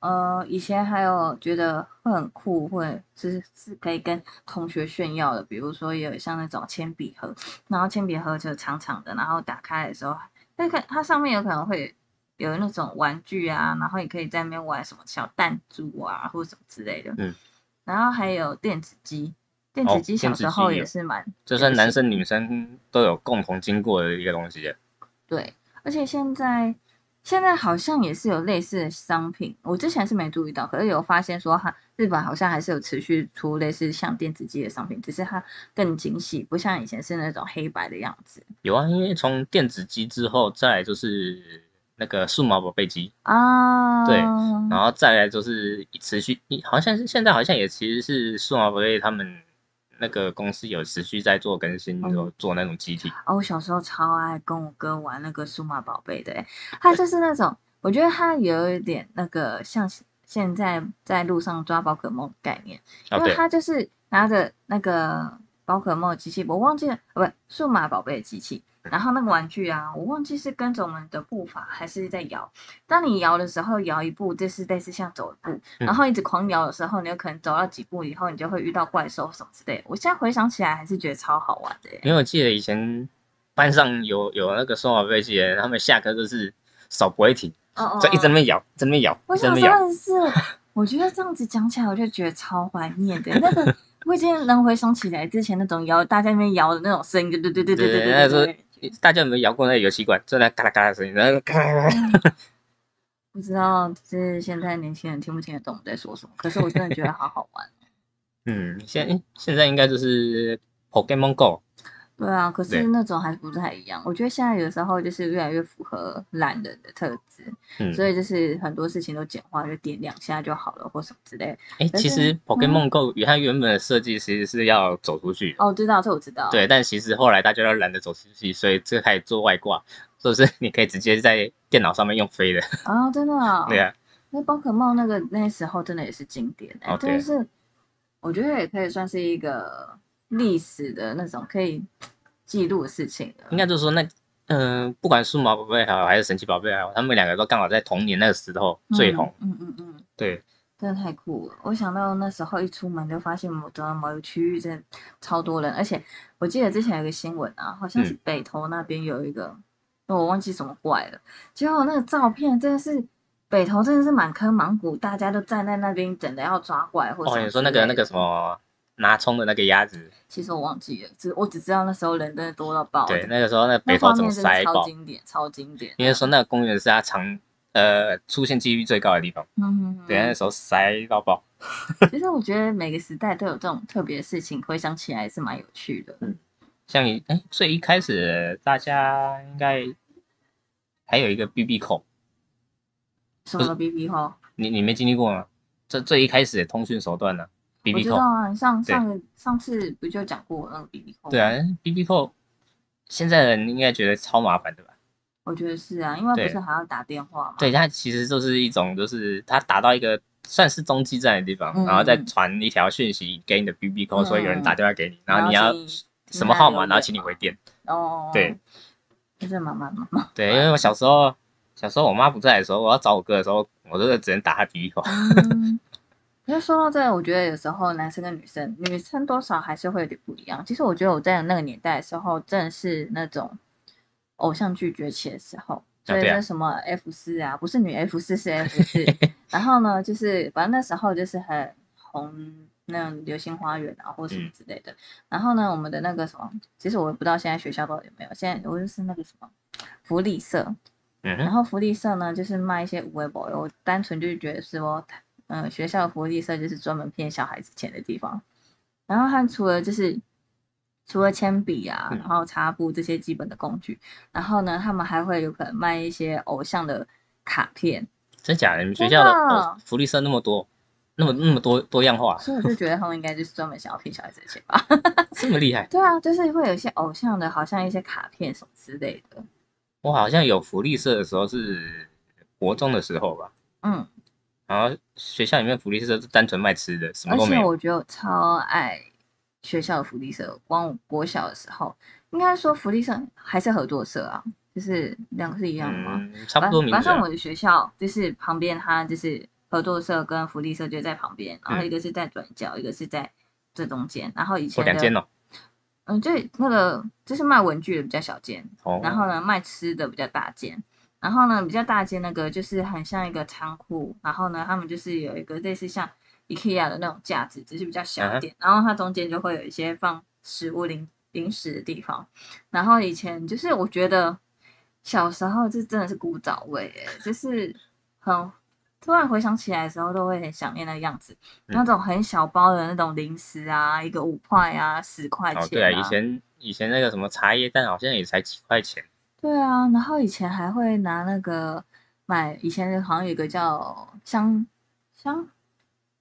A: 呃，以前还有觉得会很酷，会是是可以跟同学炫耀的，比如说也有像那种铅笔盒，然后铅笔盒就长长的，然后打开的时候，那个它上面有可能会有那种玩具啊，然后也可以在那边玩什么小弹珠啊，或什么之类的。
B: 嗯。
A: 然后还有电子鸡，电
B: 哦
A: 子鸡小
B: 电子
A: 时候
B: 鸡
A: 也
B: 有
A: 是蛮
B: 就算男
A: 流行
B: 生女生都有共同经过的一个东西。啊
A: 对，而且现在现在好像也是有类似的商品，我之前是没注意到，可是有发现说哈，日本好像还是有持续出类似像电子机的商品，只是它更精细，不像以前是那种黑白的样子
B: 有啊，因为从电子机之后，再来就是那个数码宝贝机，
A: 啊。
B: 对然后再来就是持续，好像是现在好像也其实是数码宝贝他们那个公司有持续在做更新，
A: 嗯
B: 有做那种机体。
A: 哦，我小时候超爱跟我哥玩那个数码宝贝的欸，他就是那种，我觉得他有一点那个像现在在路上抓宝可梦的概念。
B: 哦，
A: 因为
B: 对，
A: 他就是拿着那个宝可梦的机器，我忘记了，呃不，数码宝贝的机器，然后那个玩具啊，我忘记是跟着我们的步伐还是在摇。当你摇的时候，摇一步就是类似像走一步，然后一直狂摇的时候，你有可能走到几步以后，你就会遇到怪兽什么之类的。我现在回想起来，还是觉得超好玩的耶、
B: 因为我记得以前班上有有那个数码宝贝机的人，他们下课就是手不会停，
A: 哦哦
B: 就一直在那边咬，一直在那边咬，
A: 我
B: 一直在
A: 小
B: 那
A: 时
B: 边咬。
A: 候也是，我觉得这样子讲起来，我就觉得超怀念的。那个我已经能回想起来之前那种摇，大家那边摇的那种声音，对对对对对对
B: 那
A: 对
B: 时候
A: 对对。
B: 大家有没有摇过那个油漆管？就那嘎啦嘎啦的声音，然后嘎啦嘎啦。
A: 不知道，就是现在年轻人听不听得懂我们在说什么？可是我真的觉得好好玩。啊
B: 嗯，现在现在应该就是 Pokemon Go，
A: [LAUGHS] 对啊，可是
B: 对
A: 那种还不太一样。我觉得现在有时候就是越来越符合懒人的特质，
B: 嗯，
A: 所以就是很多事情都简化，就点两下就好了，或什么之类。
B: 哎、
A: 但
B: 其
A: 是
B: 实
A: 嗯
B: Pokemon Go 与它原本的设计其实是要走出去，
A: 哦，我知道，这我知道。
B: 对，但其实后来大家都懒得走出去，所以这开始做外挂，就是 [LAUGHS] 你可以直接在电脑上面用飞的，
A: 啊、真的、哦。
B: [LAUGHS] 对啊，
A: 那宝可梦那个那时候真的也是经典、欸，
B: 哦
A: 真的
B: 对
A: 是，我觉得也可以算是一个历史的那种可以记录的事情了。
B: 应该就是说那。嗯，不管数码宝贝好还是神奇宝贝好，他们两个都刚好在同年那个时候最红。
A: 嗯嗯嗯嗯
B: 对，
A: 真的太酷了！我想到那时候一出门就发现某走到某一个区域真的超多人，而且我记得之前有个新闻啊，好像是
B: 嗯
A: 北投那边有一个，我忘记什么怪了，结果那个照片真的是北投真的是满坑满谷，大家都站在那边等着要抓怪或者、
B: 哦，你说那个那个，什么拿葱的那个鸭子，
A: 其实我忘记了，只我只知道那时候人真的多到爆，
B: 对，那个时候那
A: 哦那
B: 北
A: 画
B: 头怎么
A: 面真的
B: 塞
A: 超
B: 爆？
A: 经典，超经典。
B: 因为说那个公园是他常呃出现几率最高的地方，
A: 嗯，嗯
B: 对，啊那时候塞到爆。
A: 其实我觉得每个时代都有这种特别的事情，回想起来也是蛮有趣的。
B: 嗯像你哎，最一开始大家应该还有一个 BB 口，
A: 什么 B B 后。
B: 你你没经历过吗？这最一开始的通讯手段呢、 B
A: 我
B: B
A: 知
B: 扣
A: 道，啊，上
B: 对
A: 上上次不就讲过我那个 B B 扣？
B: 对啊，B B 扣，现在人应该觉得超麻烦的吧？
A: 我觉得是啊，因为
B: 对
A: 不是还要打电话嘛。
B: 对，它其实就是一种，就是它打到一个算是中继站的地方，
A: 嗯
B: 然后再传一条讯息给你的 B B 扣，
A: 嗯
B: 说有人打电话给你，然后你
A: 然后
B: 要
A: 请你
B: 什么号码，
A: 听他留言
B: 然后请你回电。
A: 哦，
B: 对，
A: 这是妈妈妈妈。
B: 对，因为我小时候，小时候我妈不在的时候，我要找我哥的时候，我都是只能打他 B B 扣。 [LAUGHS]
A: 嗯，因为说到这个，我觉得有时候男生跟女生，女生多少还是会有点不一样。其实我觉得我在那个年代的时候，正是那种偶像剧崛起的时候，所以
B: 对啊
A: 这什么 F 四啊，不是女 F 四是 F
B: [LAUGHS]
A: 四，然后呢，就是反正那时候就是很红。那种流星花园啊，或什么
B: 嗯
A: 之类的。然后呢，我们的那个什么，其实我也不知道现在学校到底有没有。现在我就是那个什么福利社，
B: 嗯
A: 然
B: 哼，
A: 后福利社呢，就是卖一些无为保佑，我单纯就是觉得说，嗯、学校的福利社就是专门骗小孩子钱的地方。然后它除了就是除了铅笔啊，
B: 嗯
A: 然后擦布这些基本的工具，然后呢，他们还会有可能卖一些偶像的卡片，
B: 真假的？你们学
A: 真
B: 校的
A: 的
B: 哦福利社那么多，那么那么多多
A: [LAUGHS]
B: 样化，
A: 所以我就觉得他们应该就是专门想要骗小孩子的钱吧。 [LAUGHS]
B: 这么厉害？
A: 对啊，就是会有一些偶像的，好像一些卡片什么之类的。
B: 我好像有福利社的时候是国中的时候吧，
A: 嗯，
B: 然后学校里面福利社是单纯卖吃的，什么
A: 而
B: 都没
A: 且
B: 有。
A: 我觉得我超爱学校的福利社，光我国小的时候，应该说福利社还是合作社啊，就是两个是一样的吗？
B: 嗯，差不多
A: 反
B: 名
A: 反
B: 字
A: 正
B: 啊。
A: 我的学校就是旁边，它就是合作社跟福利社就在旁边，
B: 嗯
A: 然后一个是在转角，一个是在这中间，然后以
B: 我
A: 前
B: 两
A: 的
B: 间哦。
A: 嗯，就那个就是卖文具的比较小间，
B: 哦，
A: 然后呢卖吃的比较大间，然后呢比较大间那个就是很像一个仓库，然后呢他们就是有一个类似像 IKEA 的那种架子，只是比较
B: 啊
A: 小一点，然后它中间就会有一些放食物零零食的地方，然后以前就是我觉得小时候这真的是古早味耶，就是很突然回想起来的时候都会很想念那个样子，
B: 嗯
A: 那种很小包的那种零食啊，一个五块啊，十块钱、
B: 哦，对啊，以前以前那个什么茶叶蛋好像也才几块钱，
A: 对啊，然后以前还会拿那个买，以前好像有一个叫香香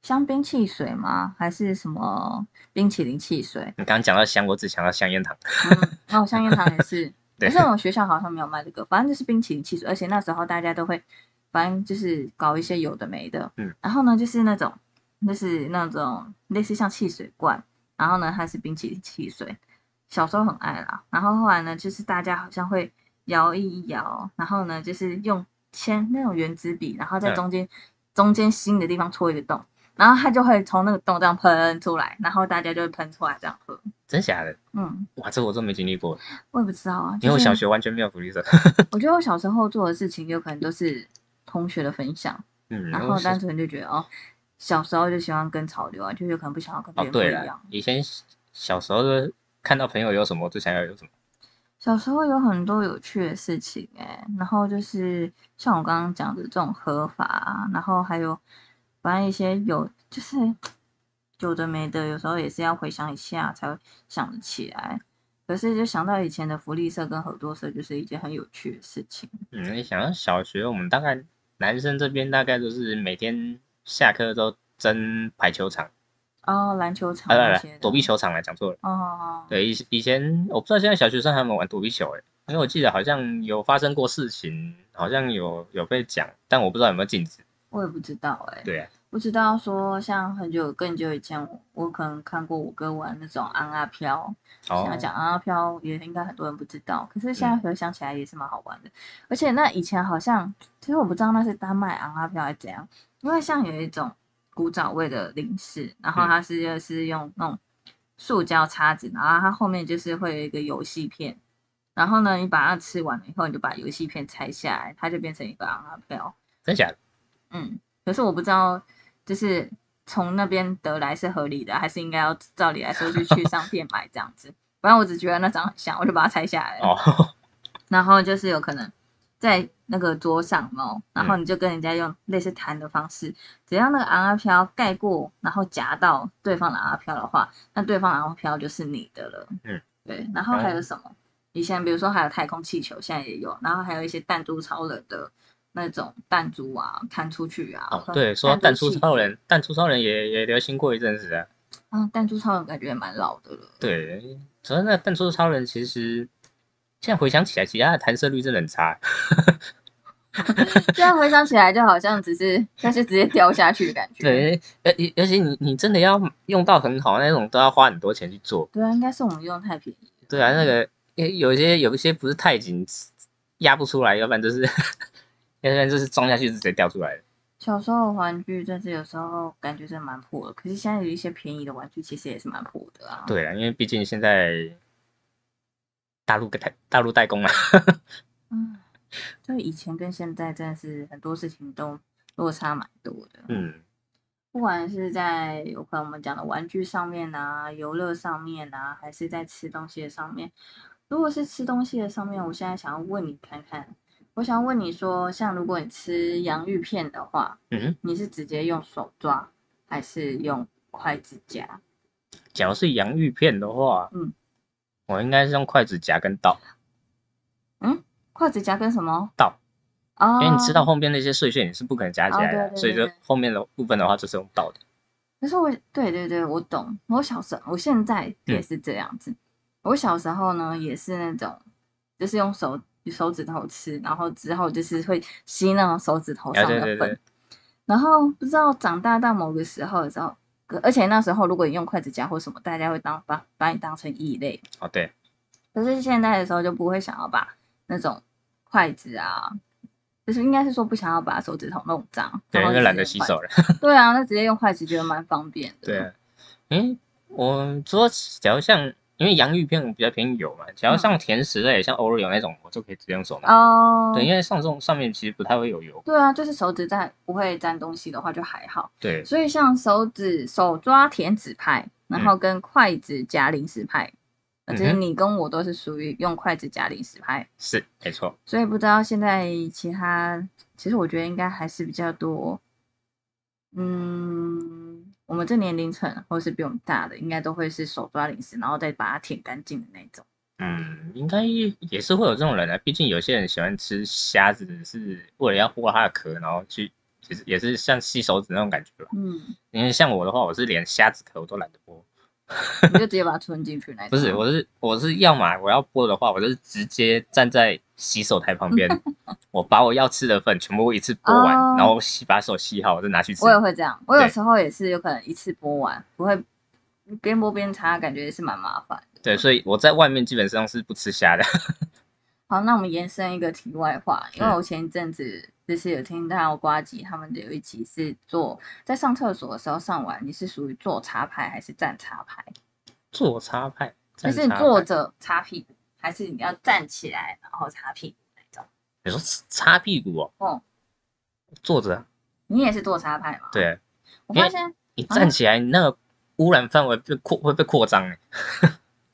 A: 香槟汽水吗？还是什么冰淇淋汽水？
B: 你刚刚讲到香，我只想到香烟糖。 [LAUGHS]
A: 嗯，哦，香烟糖也是，
B: 对
A: 可是我们学校好像没有卖这个，反正就是冰淇淋汽水，而且那时候大家都会，反正就是搞一些有的没的，
B: 嗯，
A: 然后呢就是那种就是那种类似像汽水罐，然后呢它是冰淇淋汽水，小时候很爱啦，然后后来呢就是大家好像会摇一摇，然后呢就是用铅那种圆珠笔，然后在
B: 嗯
A: 中间、中间心的地方戳一个洞。然后它就会从那个洞这样喷出来，然后大家就会喷出来这样喝。
B: 真假的？
A: 嗯，
B: 哇，这我都没经历过，
A: 我也不知道啊，
B: 因为我
A: 就是
B: 小学完全没有福利社。 [LAUGHS]
A: 我觉得我小时候做的事情，有可能都是同学的分享，
B: 嗯，
A: 然
B: 我
A: 后
B: 是
A: 单纯就觉得哦，小时候就喜欢跟潮流啊，就有可能不想要跟别
B: 哦，
A: 人不
B: 对
A: 一样
B: 了。，以前小时候就是看到朋友有什么就想要有什么。
A: 小时候有很多有趣的事情哎、然后就是像我刚刚讲的这种合法啊，然后还有反正一些有就是有的没的，有时候也是要回想一下才会想得起来。可是就想到以前的福利社跟合作社，就是一件很有趣的事情。
B: 嗯，你想要小学，我们大概男生这边大概都是每天下课都争排球场，
A: 哦，篮球场
B: 啊，来
A: 那
B: 来
A: 些，
B: 躲避
A: 球。
B: 球场来讲错了。
A: 哦哦，哦
B: 对，以以前我不知道现在小学生还有没有玩躲避球诶、因为我记得好像有发生过事情，好像有有被讲，但我不知道有没有禁止。
A: 我也不知道哎、
B: 对啊，
A: 不知道说像很久更久以前，我我可能看过我哥玩那种安阿飘，现在
B: 哦，
A: 讲安阿飘也应该很多人不知道，可是现在回想起来也是蛮好玩的。而且那以前好像，其实我不知道那是丹麦安阿啊飘还是怎样，因为像有一种古早味的零食，然后
B: 嗯
A: 它是就是用那种塑胶叉子，然后它后面就是会有一个游戏片，然后呢你把它吃完了以后，你就把游戏片拆下来，它就变成一个安阿飘。
B: 真假的？
A: 嗯，可是我不知道，就是从那边得来是合理的，还是应该要照理来说去去商店买这样子。反正我只觉得那张很像，我就把它拆下来了。
B: 哦，
A: 然后就是有可能在那个桌上哦，然后
B: 嗯
A: 你就跟人家用类似弹的方式，只要那个昂阿啊飘盖过，然后夹到对方的昂阿啊飘的话，那对方昂阿飘就是你的了。
B: 嗯，
A: 对。然后还有什么？以前比如说还有太空气球，现在也有，然后还有一些弹珠超人的那种弹珠啊，弹出去啊。
B: 哦
A: 和，
B: 对，说到弹
A: 珠
B: 珠
A: 器
B: 超人，弹珠超人也也流行过一阵子啊。
A: 啊，弹珠超人感觉也蛮老的了。
B: 对，主要那弹珠超人其实现在回想起来，其实他的弹射率真的很差。
A: 现在回想起来，就好像只是那是直接掉下去的感觉。
B: [LAUGHS] 对，而而且你你真的要用到很好那种，都要花很多钱去做。
A: 对啊，应该是我们用得太便宜了。
B: 对啊，那个有有一些有一些不是太紧压不出来，要不然就是 [LAUGHS] 要不然就是撞下去就直接掉出来了。
A: 小时候的玩具，真是有时候感觉真的蛮破的。可是现在有一些便宜的玩具，其实也是蛮破的啊。
B: 对啊，因为毕竟现在大陆代大陆代工啊，
A: 嗯，就以前跟现在真的是很多事情都落差蛮多的。
B: 嗯，
A: 不管是在有可能我们讲的玩具上面啊、游乐上面啊，还是在吃东西的上面。如果是吃东西的上面，我现在想要问你看看，我想问你说，像如果你吃洋芋片的话，
B: 嗯，
A: 你是直接用手抓，还是用筷子夹？
B: 假如是洋芋片的话，
A: 嗯，
B: 我应该是用筷子夹跟刀
A: 筷子夹跟什么？
B: 刀，
A: 哦，
B: 因为你吃到后面那些碎屑你是不可能夹起来的，
A: 哦对对
B: 所以
A: 对
B: 说后面的部分的话就是用刀的。
A: 可是我对对对，我懂。我小时候，我现在也
B: 嗯
A: 是这样子。我小时候呢，也是那种，就是用手手指头吃，然后之后就是会吸那种手指头
B: 啊
A: 上
B: 对
A: 的
B: 对
A: 粉。
B: 对
A: 然后不知道长大到某个时候的时候，可而且那时候如果你用筷子夹或什么，大家会当把把你当成异类。
B: 哦对，
A: 可是现在的时候就不会想要把那种筷子啊，就是应该是说不想要把手指头弄脏，
B: 对，
A: 然
B: 因
A: 后
B: 为
A: 就
B: 懒
A: 直
B: 得
A: 接
B: 洗
A: 用筷
B: 手
A: 子
B: 了。
A: 对啊，那直接用筷子觉得蛮方便的。
B: 对啊，诶，我说，假如像因为洋芋片比较偏油嘛，假如像甜食类，像 Oreo 那种，我就可以直接用手拿。
A: 哦，
B: 对，因为上这种上面其实不太会有油。
A: 对啊，就是手指在不会沾东西的话就还好。
B: 对，
A: 所以像手指手抓甜指派，然后跟筷子夹零食派，呃就是
B: 嗯哼
A: 你跟我都是属于用筷子夹零食派。
B: 是没错。
A: 所以不知道现在其他，其实我觉得应该还是比较多，嗯，我们这年龄层或是比我们大的，应该都会是手抓零食，然后再把它舔干净的那种。
B: 嗯，应该也是会有这种人啊，毕竟有些人喜欢吃虾子，是为了要剥它的壳，然后去，其实也是像吸手指那种感觉吧。
A: 嗯，
B: 因为像我的话，我是连虾子壳我都懒得剥，
A: 你就直接把它吞进去那种。啊
B: 不是，我是我是要嘛我要剥的话，我就是直接站在洗手
A: [LAUGHS]
B: 台旁边，我把我要吃的份全部一次剥完，然
A: 哦
B: 后洗把手洗好，我再拿去吃
A: 我。也会这样，我有
B: 对
A: 时候也是有可能一次播完，不会边播边擦，感觉也是蛮麻烦的。
B: 对，所以我在外面基本上是不吃虾的。 [LAUGHS]
A: 好，那我们延伸一个题外话，因为
B: 嗯
A: 我前一阵子就是有听到瓜吉他们的有一集是做在上厕所的时候上完，你是属于坐插排还是站插排？
B: 坐叉派，
A: 就
B: 站
A: 是你
B: 叉
A: 坐
B: 派
A: 着擦屁股，还是你要站起来然后擦屁股那种？
B: 你说擦屁股哦，
A: 哦，
B: 坐着，啊
A: 你也是坐插排吗？，
B: 对
A: 我
B: 因
A: 发
B: 为
A: 现
B: 你
A: 啊
B: 站起来，你那个污染范围被扩会被扩张欸。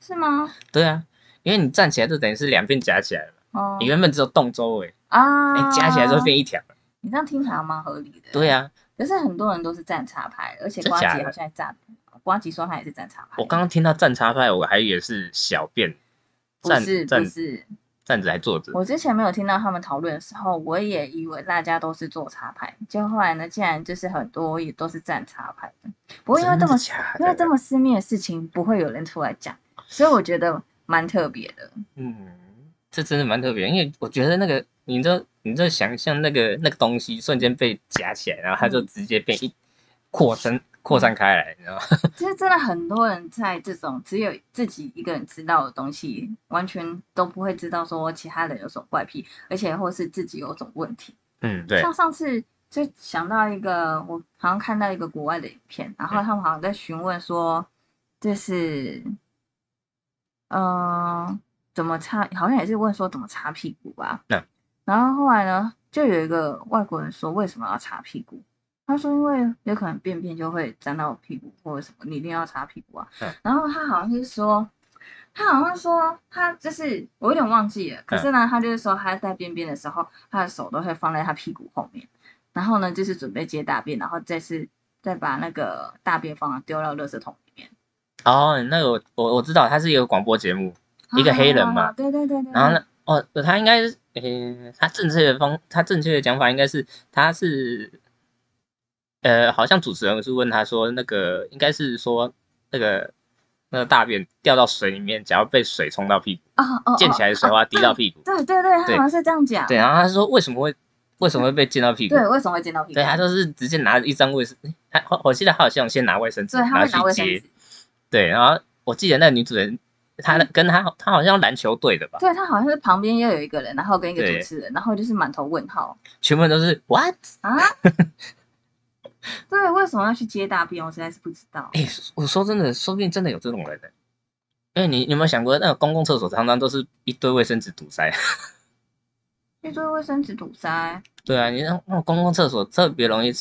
A: 是吗？
B: 对啊，因为你站起来就等于是两片夹起来了，
A: 哦
B: 你原本只有动周围，哎、
A: 啊，
B: 夹起来之后变一条了。
A: 你这样听起来还蛮合理的。
B: 对啊，
A: 可是很多人都是站插牌，而且
B: 真
A: 瓜
B: 假
A: 吉
B: 的
A: 好像也站，瓜吉说他也是站插牌。
B: 我刚刚听到站叉派，我还以为是小便，
A: 不
B: 站
A: 是
B: 站
A: 不是，
B: 站着还坐着。
A: 我之前没有听到他们讨论的时候，我也以为大家都是做插牌，就后来呢，竟然就是很多也都是站插牌的。不过因为
B: 真
A: 这
B: 的
A: 么
B: 假
A: 因为
B: 的
A: 这么私密的事情，不会有人出来讲，所以我觉得蛮特别的。
B: 嗯，这真的蛮特别，因为我觉得那个，你这你这想象那个那个东西瞬间被夹起来，然后它就
A: 嗯
B: 直接被一扩散扩散开来，你知道吗？
A: 其实真的很多人在这种只有自己一个人知道的东西，完全都不会知道说其他人有什么怪癖，而且或是自己有什么问题。
B: 嗯，对，
A: 像上次就想到一个，我好像看到一个国外的影片，然后
B: 嗯
A: 他们好像在询问说，就是，嗯、怎么擦，好像也是问说怎么擦屁股吧。
B: 嗯
A: 然后后来呢，就有一个外国人说为什么要擦屁股？他说因为有可能便便就会沾到屁股或者什么，你一定要擦屁股啊。
B: 嗯
A: 然后他好像是说。他好像说他就是我有点忘记了，可
B: 嗯
A: 是呢，他就是说他在便便的时候，他的手都会放在他屁股后面，然后呢，就是准备接大便，然后再是再把那个大便放丢到垃圾桶里面。
B: 哦，那个我我我知道，它是一个广播节目，一个黑人嘛
A: 啊对对对对。
B: 然后呢，哦，他应该是，诶诶，他正确的方，他正确的讲法应该是，他是，呃，好像主持人是问他说，那个应该是说那个那个大便掉到水里面，只要被水冲到屁股，
A: 哦哦，
B: 溅起来的水花滴到屁股。
A: 对对对，他好像是这样讲。
B: 对，然后他说为什么会为什么会被溅到屁股？
A: 哦对，为什么会见到屁股？
B: 对，他都是直接拿一张卫生，诶他我我记得他好像先拿卫生纸，
A: 对，他会拿
B: 然后
A: 卫
B: 去
A: 生
B: 接
A: 纸。。
B: 对，然后我记得那个女主人，她的跟她她好像篮球队的吧，
A: 嗯对他好像是旁边又有一个人，然后跟一个
B: 对
A: 主持人，然后就是满头问号
B: 全部人都是 what？
A: 啊。对，为什么要去接大便？我实在是不知道。
B: 哎、我说真的，说不定真的有这种人呢、因为你你有没有想过，那个公共厕所常常都是一堆卫生纸堵塞。 [LAUGHS]
A: 去做卫生纸堵塞，
B: 对啊，你那那种公共厕所特别容易，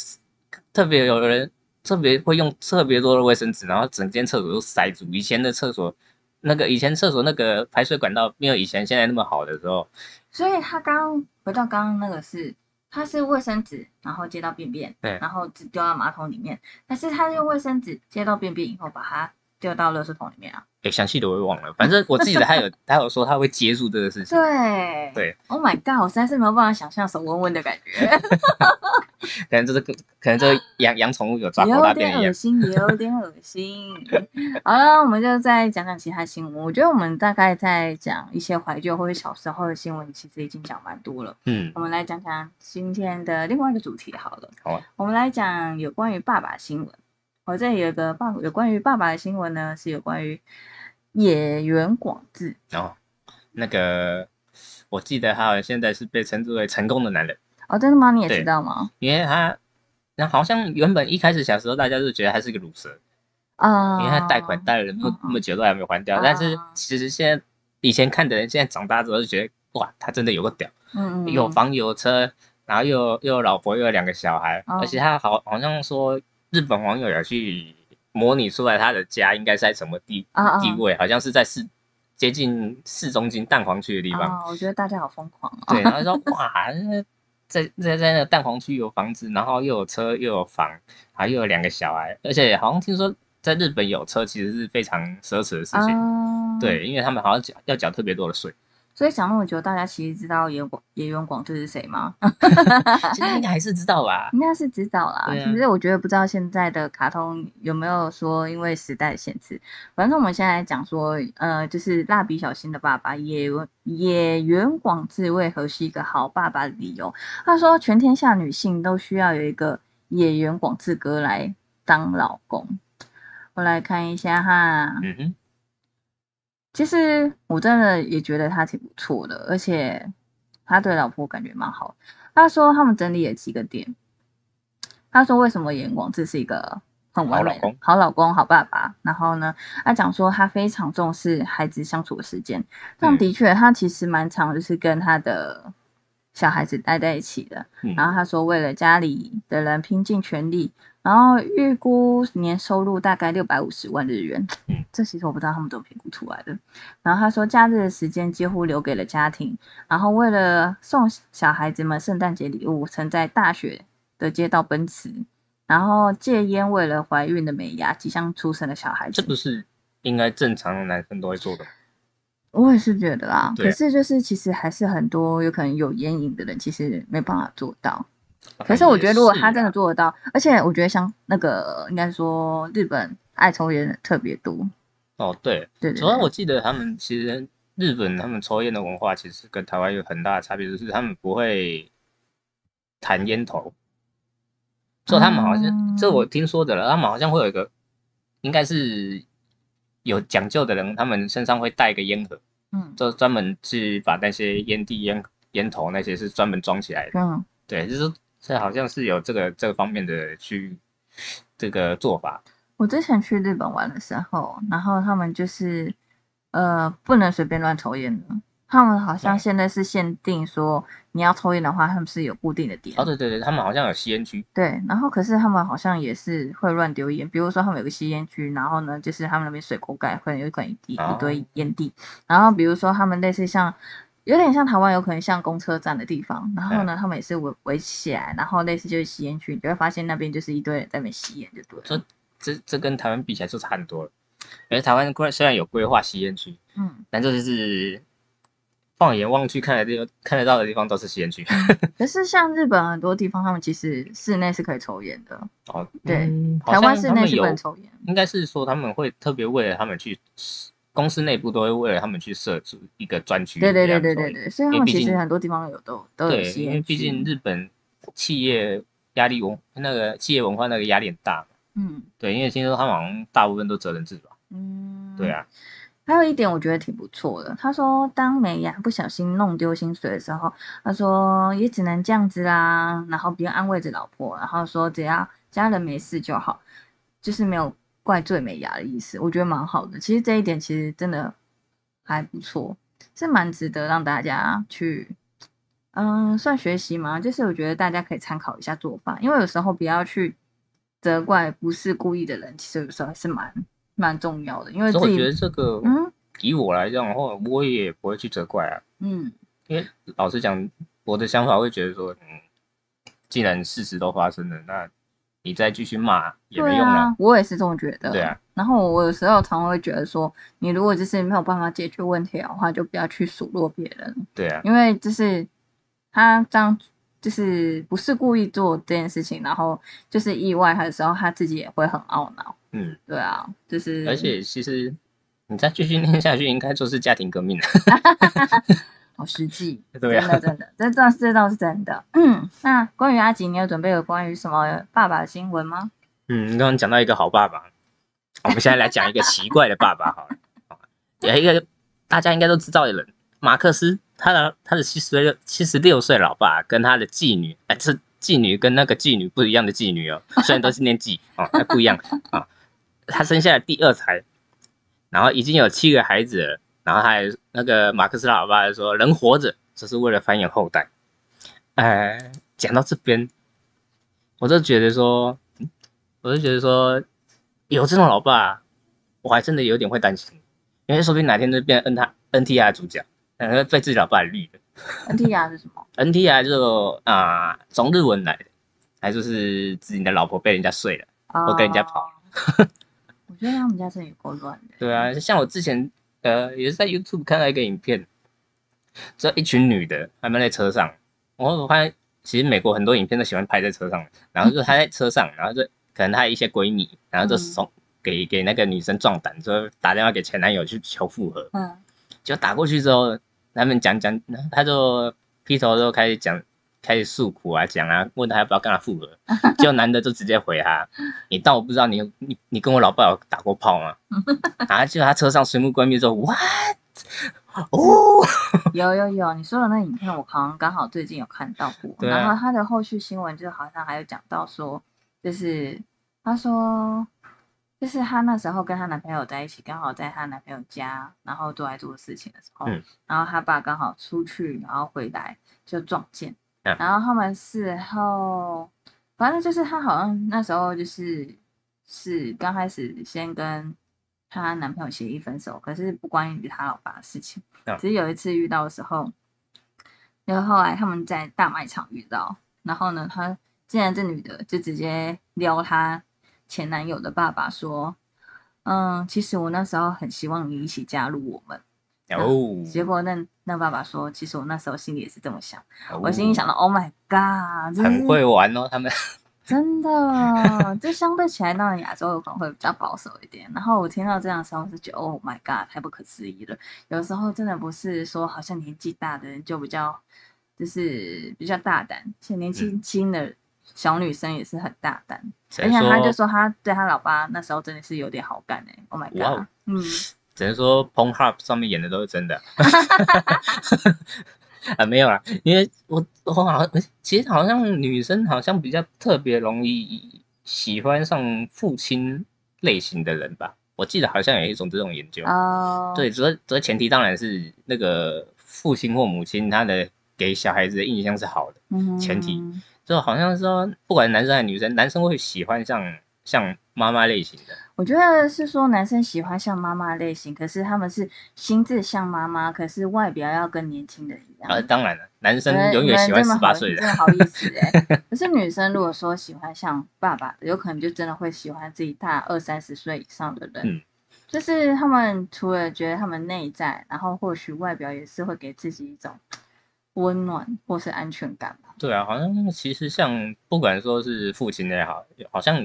B: 特别有人特别会用特别多的卫生纸，然后整间厕所都塞住。以前的厕所，那个以前厕所那个排水管道没有以前现在那么好的时候，
A: 所以他刚回到刚刚那个是，他是卫生纸，然后接到便便，
B: 对
A: 然后只丢到马桶里面，但是他用卫生纸接到便便以后，把它丢到垃圾桶里面啊。
B: 哎、详细的我也忘了，反正我记得他有 [LAUGHS] 他有说他会接触这个事情，
A: 对
B: 对
A: ，Oh my god，我实在是没有办法想象手温温的感觉，
B: 可能就是可能就是养养宠物有 [LAUGHS] 抓狗大
A: 有
B: 便
A: 点
B: 一
A: 恶
B: 样。
A: 心，有点恶心。好了，我们就再讲讲其他新闻。我觉得我们大概在讲一些怀旧或者小时候的新闻，其实已经讲蛮多了。
B: 嗯，
A: 我们来讲讲今天的另外一个主题好了。
B: 好啊
A: 我们来讲有关于爸爸的新闻。我这里有一个爸有关于爸爸的新闻呢，是有关于野原广志。
B: 然后那个我记得他好像现在是被称之为成功的男人。
A: 哦，真的吗？你也
B: 对
A: 知道吗？
B: 因为他，那好像原本一开始小时候大家就觉得他是个乳蛇，
A: 啊、
B: 因为他贷款贷了那
A: 嗯
B: 么
A: 嗯
B: 那么久都还没还掉。
A: 啊
B: 但是其实现在以前看的人，现在长大之后就觉得，哇，他真的有个屌，
A: 嗯，嗯嗯，
B: 有房有车，然后又有又有老婆又有两个小孩，
A: 哦
B: 而且他好好像说日本网友有去模拟出来他的家应该是在什么地
A: 啊啊
B: 地位，好像是在市接近市中心蛋黄区的地方。
A: 啊、我觉得大家好疯狂哦。
B: 对，然
A: [LAUGHS]
B: 后说哇，那在在在那个蛋黄区有房子，然后又有车又有房，然后又有两个小孩，而且好像听说在日本有车其实是非常奢侈的事情，
A: 啊，，
B: 对，因为他们好像缴要缴特别多
A: [LAUGHS]
B: 的税，
A: 所以讲那么久，大家其实知道野广野原广志是谁吗？
B: 现在应该还是知道吧？
A: 应该是知道啦。
B: 对啊
A: 其实我觉得不知道现在的卡通有没有说因为时代的限制，反正我们现在讲说，呃，就是蜡笔小新的爸爸野野原广志为何是一个好爸爸的理由。他说，全天下女性都需要有一个野原广志哥来当老公。我来看一下哈，
B: 嗯哼，
A: 其实我真的也觉得他挺不错的，而且他对老婆感觉蛮好。他说他们整理了几个点，他说为什么严广志是一个很完美的
B: 好老公、
A: 好老公、好爸爸。然后呢，他讲说他非常重视孩子相处的时间，这样
B: 嗯
A: 的确他其实蛮常就是跟他的小孩子待在一起的。
B: 嗯
A: 然后他说为了家里的人拼尽全力，然后预估年收入大概六百五十万日元。
B: 嗯，
A: 这其实我不知道他们怎么评估出来的。然后他说，假日的时间几乎留给了家庭，然后为了送小孩子们圣诞节礼物，曾在大学的街道奔驰，然后戒烟，为了怀孕的美牙即将出生的小孩
B: 这
A: 子。
B: 不是应该正常的男生都会做的吗，
A: 我也是觉得啦，
B: 对啊
A: 可是就是其实还是很多有可能有烟瘾的人，其实没办法做到。可是我觉得，如果他
B: 啊
A: 真的做得到，而且我觉得像那个应该说日本爱抽烟的特别多，
B: 哦，对，
A: 对对
B: 主要
A: 对
B: 我记得他们其实日本他们抽烟的文化其实跟台湾有很大的差别，就是他们不会弹烟头，就他们好像、这我听说的了，他们好像会有一个，应该是有讲究的人，他们身上会带一个烟盒，
A: 嗯
B: 就专门去把那些烟蒂、烟烟头那些是专门装起来的。
A: 嗯，
B: 对，就是这好像是有这个这个方面的去这个做法。
A: 我之前去日本玩的时候，然后他们就是呃不能随便乱抽烟的，他们好像
B: 嗯
A: 现在是限定说你要抽烟的话，他们是有固定的点
B: 哦，，对对对，他们好像有吸烟区。
A: 对，然后可是他们好像也是会乱丢烟，比如说他们有个吸烟区，然后呢，就是他们那边水沟盖会有可能一地一堆
B: 哦
A: 烟蒂，然后比如说他们类似像，有点像台湾有可能像公车站的地方，然后呢，他们也是围围起来，然后类似就是吸烟区，你就会发现那边就是一堆人在那边吸烟，就对了
B: 这。这这跟台湾比起来就差很多了。而台湾虽然有规划吸烟区，
A: 嗯，
B: 但这就是放眼望去看的地方看得到的地方都是吸烟区。 [LAUGHS]
A: 可是像日本很多地方，他们其实室内是可以抽烟的，
B: 哦，
A: 对
B: 嗯好
A: 台湾
B: 像
A: 室
B: 他
A: 内
B: 们
A: 是不能
B: 有
A: 抽烟。
B: 应该是说他们会特别为了他们去公司内部都会为了他们去设置一个专区
A: 对
B: 给他
A: 对
B: 们抽
A: 对
B: 烟，
A: 对对对，所以他
B: 因为
A: 们
B: 毕
A: 其实
B: 竟
A: 很多地方有都都有
B: 对，
A: 吸
B: 因为
A: 烟
B: 毕
A: 区
B: 竟日本企业压力文那个企业文化那个压力很大嘛，
A: 嗯
B: 对，因为听说他们好像大部分都责任制吧，
A: 嗯，
B: 对啊，
A: 还有一点我觉得挺不错的，他说当美雅不小心弄丢薪水的时候，他说也只能这样子啦，然后不用安慰着老婆，然后说只要家人没事就好，就是没有怪罪美雅的意思，我觉得蛮好的。其实这一点其实真的还不错，是蛮值得让大家去，嗯，算学习嘛，就是我觉得大家可以参考一下做法，因为有时候不要去责怪不是故意的人，其实有时候还是蛮蛮重要的，因为
B: 所
A: 呃
B: 以
A: 自
B: 我
A: 己
B: 觉得这个
A: 嗯。
B: 以我来讲的话，我也不会去责怪啊，
A: 嗯
B: 因为老实讲，我的想法会觉得说，嗯，既然事实都发生了，那你再继续骂，也
A: 对
B: 没用了，
A: 啊，我也是这么觉得。
B: 对啊。
A: 然后我有时候常会觉得说，你如果就是没有办法解决问题的话，就不要去数落别人，
B: 对啊，
A: 因为就是他这样就是不是故意做这件事情，然后就是意外的时候，他自己也会很懊恼。
B: 嗯，
A: 对啊，就是
B: 而且其实你再继续念下去，应该就是家庭革命了。
A: 好实际，
B: 对啊
A: 真的真的， [LAUGHS] 这倒是这倒是真的。嗯，那关于阿吉，你有准备有关于什么爸爸的新闻吗？
B: 嗯，刚刚讲到一个好爸爸，我们现在来讲一个奇怪的爸爸好了。有一个大家应该都知道的人，马克思，他的他的七十六七十六岁老爸跟他的妓女，哎，这妓女跟那个妓女不一样的妓女哦，虽然都是念妓 [LAUGHS] 哦，那不一样啊、他生下了第二胎，然后已经有七个孩子了，然后他还那个马克思老爸就说，人活着就是为了繁衍后代。哎、讲到这边，我就觉得说，嗯我就觉得说，有这种老爸，我还真的有点会担心，因为说不定哪天就变 N 他 NTR 主角，呃然后被自己老爸绿了。
A: n t r 是什么？
B: NTR 就啊、从日文来的，还就是指你的老婆被人家睡了。
A: 啊，
B: [LAUGHS] 我跟人家跑。
A: 我觉得他们家真的有够乱的。
B: 对啊，像我之前呃也是在 YouTube 看到一个影片，这一群女的她们在车上，然后我发现其实美国很多影片都喜欢拍在车上，然后就是她在车上，然后就可能她的一些闺蜜，然后就送、给给那个女生壮胆，就打电话给前男友去求复合，
A: 嗯，
B: 就打过去之后，他们讲讲，他就劈头就开始讲，开始诉苦啊，讲啊，问他要不要跟他复合，就男的就直接回
A: [LAUGHS]
B: 他，你当我不知道你你你跟我老爸有打过炮
A: [LAUGHS]
B: 吗？然后就他车上水木闺蜜说 what 哦，
A: [LAUGHS] 有有有，你说的那影片，我好像刚好最近有看到过。
B: 对啊
A: 然后他的后续新闻就好像还有讲到说，就是他说，就是她那时候跟她男朋友在一起，刚好在她男朋友家，然后做来做事情的时候，
B: 嗯
A: 然后她爸刚好出去，然后回来就撞见，
B: 嗯
A: 然后他们事后，反正就是她好像那时候就是是刚开始先跟她男朋友协议分手，可是不关于她老爸的事情。
B: 嗯
A: 只是有一次遇到的时候，然后后来他们在大卖场遇到，然后呢，她竟然这女的就直接撩她前男友的爸爸说：“嗯，其实我那时候很希望你一起加入我们。”
B: 哦，
A: 结果那那爸爸说：“其实我那时候心里也是这么想。”
B: 哦
A: 我心里想到：“Oh my god！” 真
B: 很
A: 是
B: 会玩哦，他们
A: 真
B: [LAUGHS]
A: 的，这相对起来，当然亚洲有可能会比较保守一点。然后我听到这样的时候，我是觉得 Oh my God，太不可思议了。有时候真的不是说好像年纪大的人就比较，就是比较大胆，且
B: 嗯
A: 年纪轻的小女生也是很大胆。而
B: 只
A: 且
B: 能
A: 她就
B: 说
A: 说她对她老爸那时候真的是有点好感哎、o h my
B: 哇
A: God，
B: 哦
A: 嗯，
B: 只能说 p o n h u b 上面演的都是真的。 [LAUGHS] 啊，没有啦，因为我我好像其实好像女生好像比较特别容易喜欢上父亲类型的人吧，我记得好像有一种这种研究。
A: 哦、
B: 对，主要主要前提当然是那个父亲或母亲他的给小孩子的印象是好的，
A: 嗯，
B: 前提就好像说不管男生还是女生，男生会喜欢像像妈妈类型的，
A: 我觉得是说男生喜欢像妈妈类型，可是他们是心智像妈妈，可是外表要跟年轻人一样。
B: 呃，当然了，男生
A: 你
B: 永
A: 们
B: 远喜欢
A: 这么
B: 十八
A: 好
B: 岁的
A: 真。的好意
B: [LAUGHS]
A: 思哎、可是女生如果说喜欢像爸爸的，有可能就真的会喜欢自己大二三十岁以上的人。
B: 嗯
A: 就是他们除了觉得他们内在，然后或许外表也是会给自己一种温暖或是安全感吧。
B: 对啊，好像其实像不管说是父亲也好，好像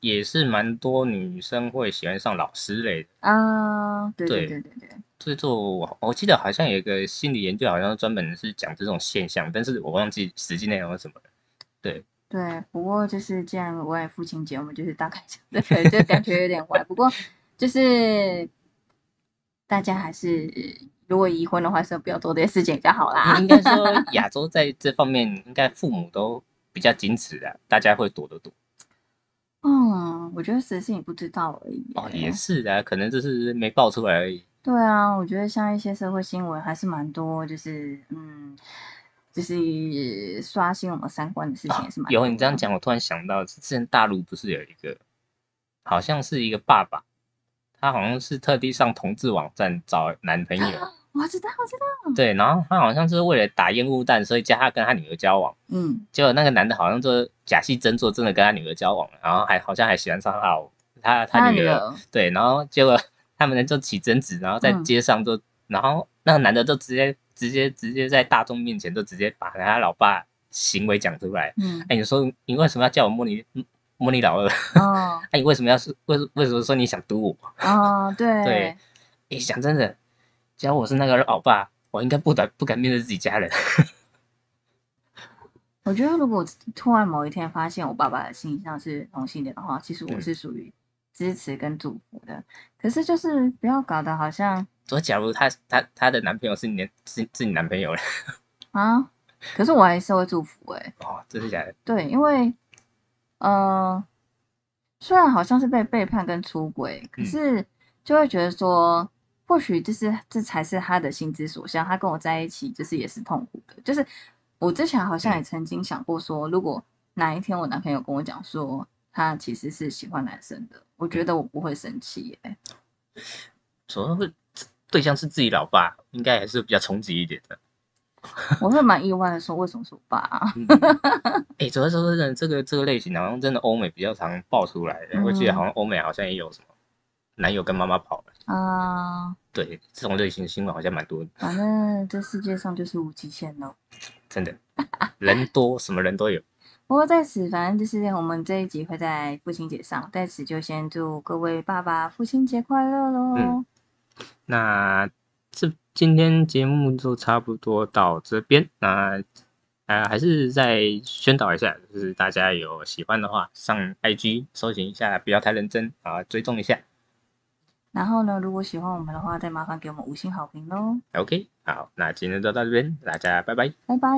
B: 也是蛮多女生会喜欢上老师类的。
A: 啊、对对对
B: 对
A: 对对，
B: 这就我我记得好像有一个心理研究，好像专门是讲这种现象，但是我忘记实际内容是什么了。
A: 对，不过就是既然我也父亲节，我们就是大概讲这个，就感觉有点歪。不过就是大家还是如果已婚的话，是不要做这些事情比较好啦。
B: 应该说亚洲在这方面，应该父母都比较矜持的，大家会躲得躲。
A: 嗯，我觉得只是你不知道而已。
B: 哦，也是啊，可能就是没爆出来而已。
A: 对啊，我觉得像一些社会新闻还是蛮多，就是嗯，就是刷新我们三观的事情也是蛮多
B: 哦啊有
A: 的、
B: 你这样讲，我突然想到，之前大陆不是有一个，好像是一个爸爸，他好像是特地上同志网站找男朋友，
A: 我知道，我知道，
B: 对，然后他好像是为了打烟雾弹，所以叫他跟他女儿交往。
A: 嗯，
B: 结果那个男的好像就假戏真做，真的跟他女儿交往了，然后还好像还喜欢上他老他他
A: 女
B: 女儿，
A: 儿，
B: 对，然后结果他们就起争执，然后在
A: 嗯
B: 街上就，然后那个男的就直接直接直接在大众面前就直接把他老爸行为讲出来。
A: 嗯，
B: 哎，你说你为什么要叫我摸你摸你老二？ [LAUGHS]
A: 哦，
B: 哎，你为什么要是为为什么说你想堵我？
A: 哦，对，
B: [LAUGHS] 对哎，讲真的，只要我是那个老爸，我应该不敢不敢面对自己家人。 [LAUGHS]
A: 我觉得如果突然某一天发现我爸爸的形象是同性恋的话，其实我
B: 嗯
A: 是属于支持跟祝福的，可是就是不要搞得好像
B: 说假如他他他的男朋友是你的是是你男朋友了，
A: 啊，可是我还是会祝福哎、
B: [LAUGHS] 哦，真的假的？
A: 对，因为，呃，虽然好像是被背叛跟出轨，可
B: 嗯
A: 是就会觉得说，或许这是这才是他的心之所向。他跟我在一起，就是也是痛苦的。就是我之前好像也曾经想过说，如果哪一天我男朋友跟我讲说他其实是喜欢男生的，我觉得我不会生气耶、
B: 所谓会对象是自己老爸，应该还是比较冲击一点的。
A: 我会蛮意外的说，为什么是我爸啊？ [LAUGHS]
B: 哎、诶主要说真的，这个这个类型好像真的欧美比较常爆出来的。我记得
A: 嗯
B: 好像欧美好像也有什么男友跟妈妈跑了，
A: 啊
B: 对，这种类型的新闻好像蛮多的，
A: 反正这世界上就是无极限喽。
B: 真的，人多什么人都有。
A: 不过在此，反正就是我们这一集会在父亲节上，在此就先祝各位爸爸父亲节快乐喽！
B: 嗯 [LAUGHS] 那这今天节目就差不多到这边。那呃，还是再宣导一下，就是大家有喜欢的话，上 IG 搜寻一下，不要太认真啊，追踪一下。
A: 然后呢，如果喜欢我们的话，再麻烦给我们五星好评喽！
B: OK，好，那今天就到这边，大家拜拜。
A: 拜拜。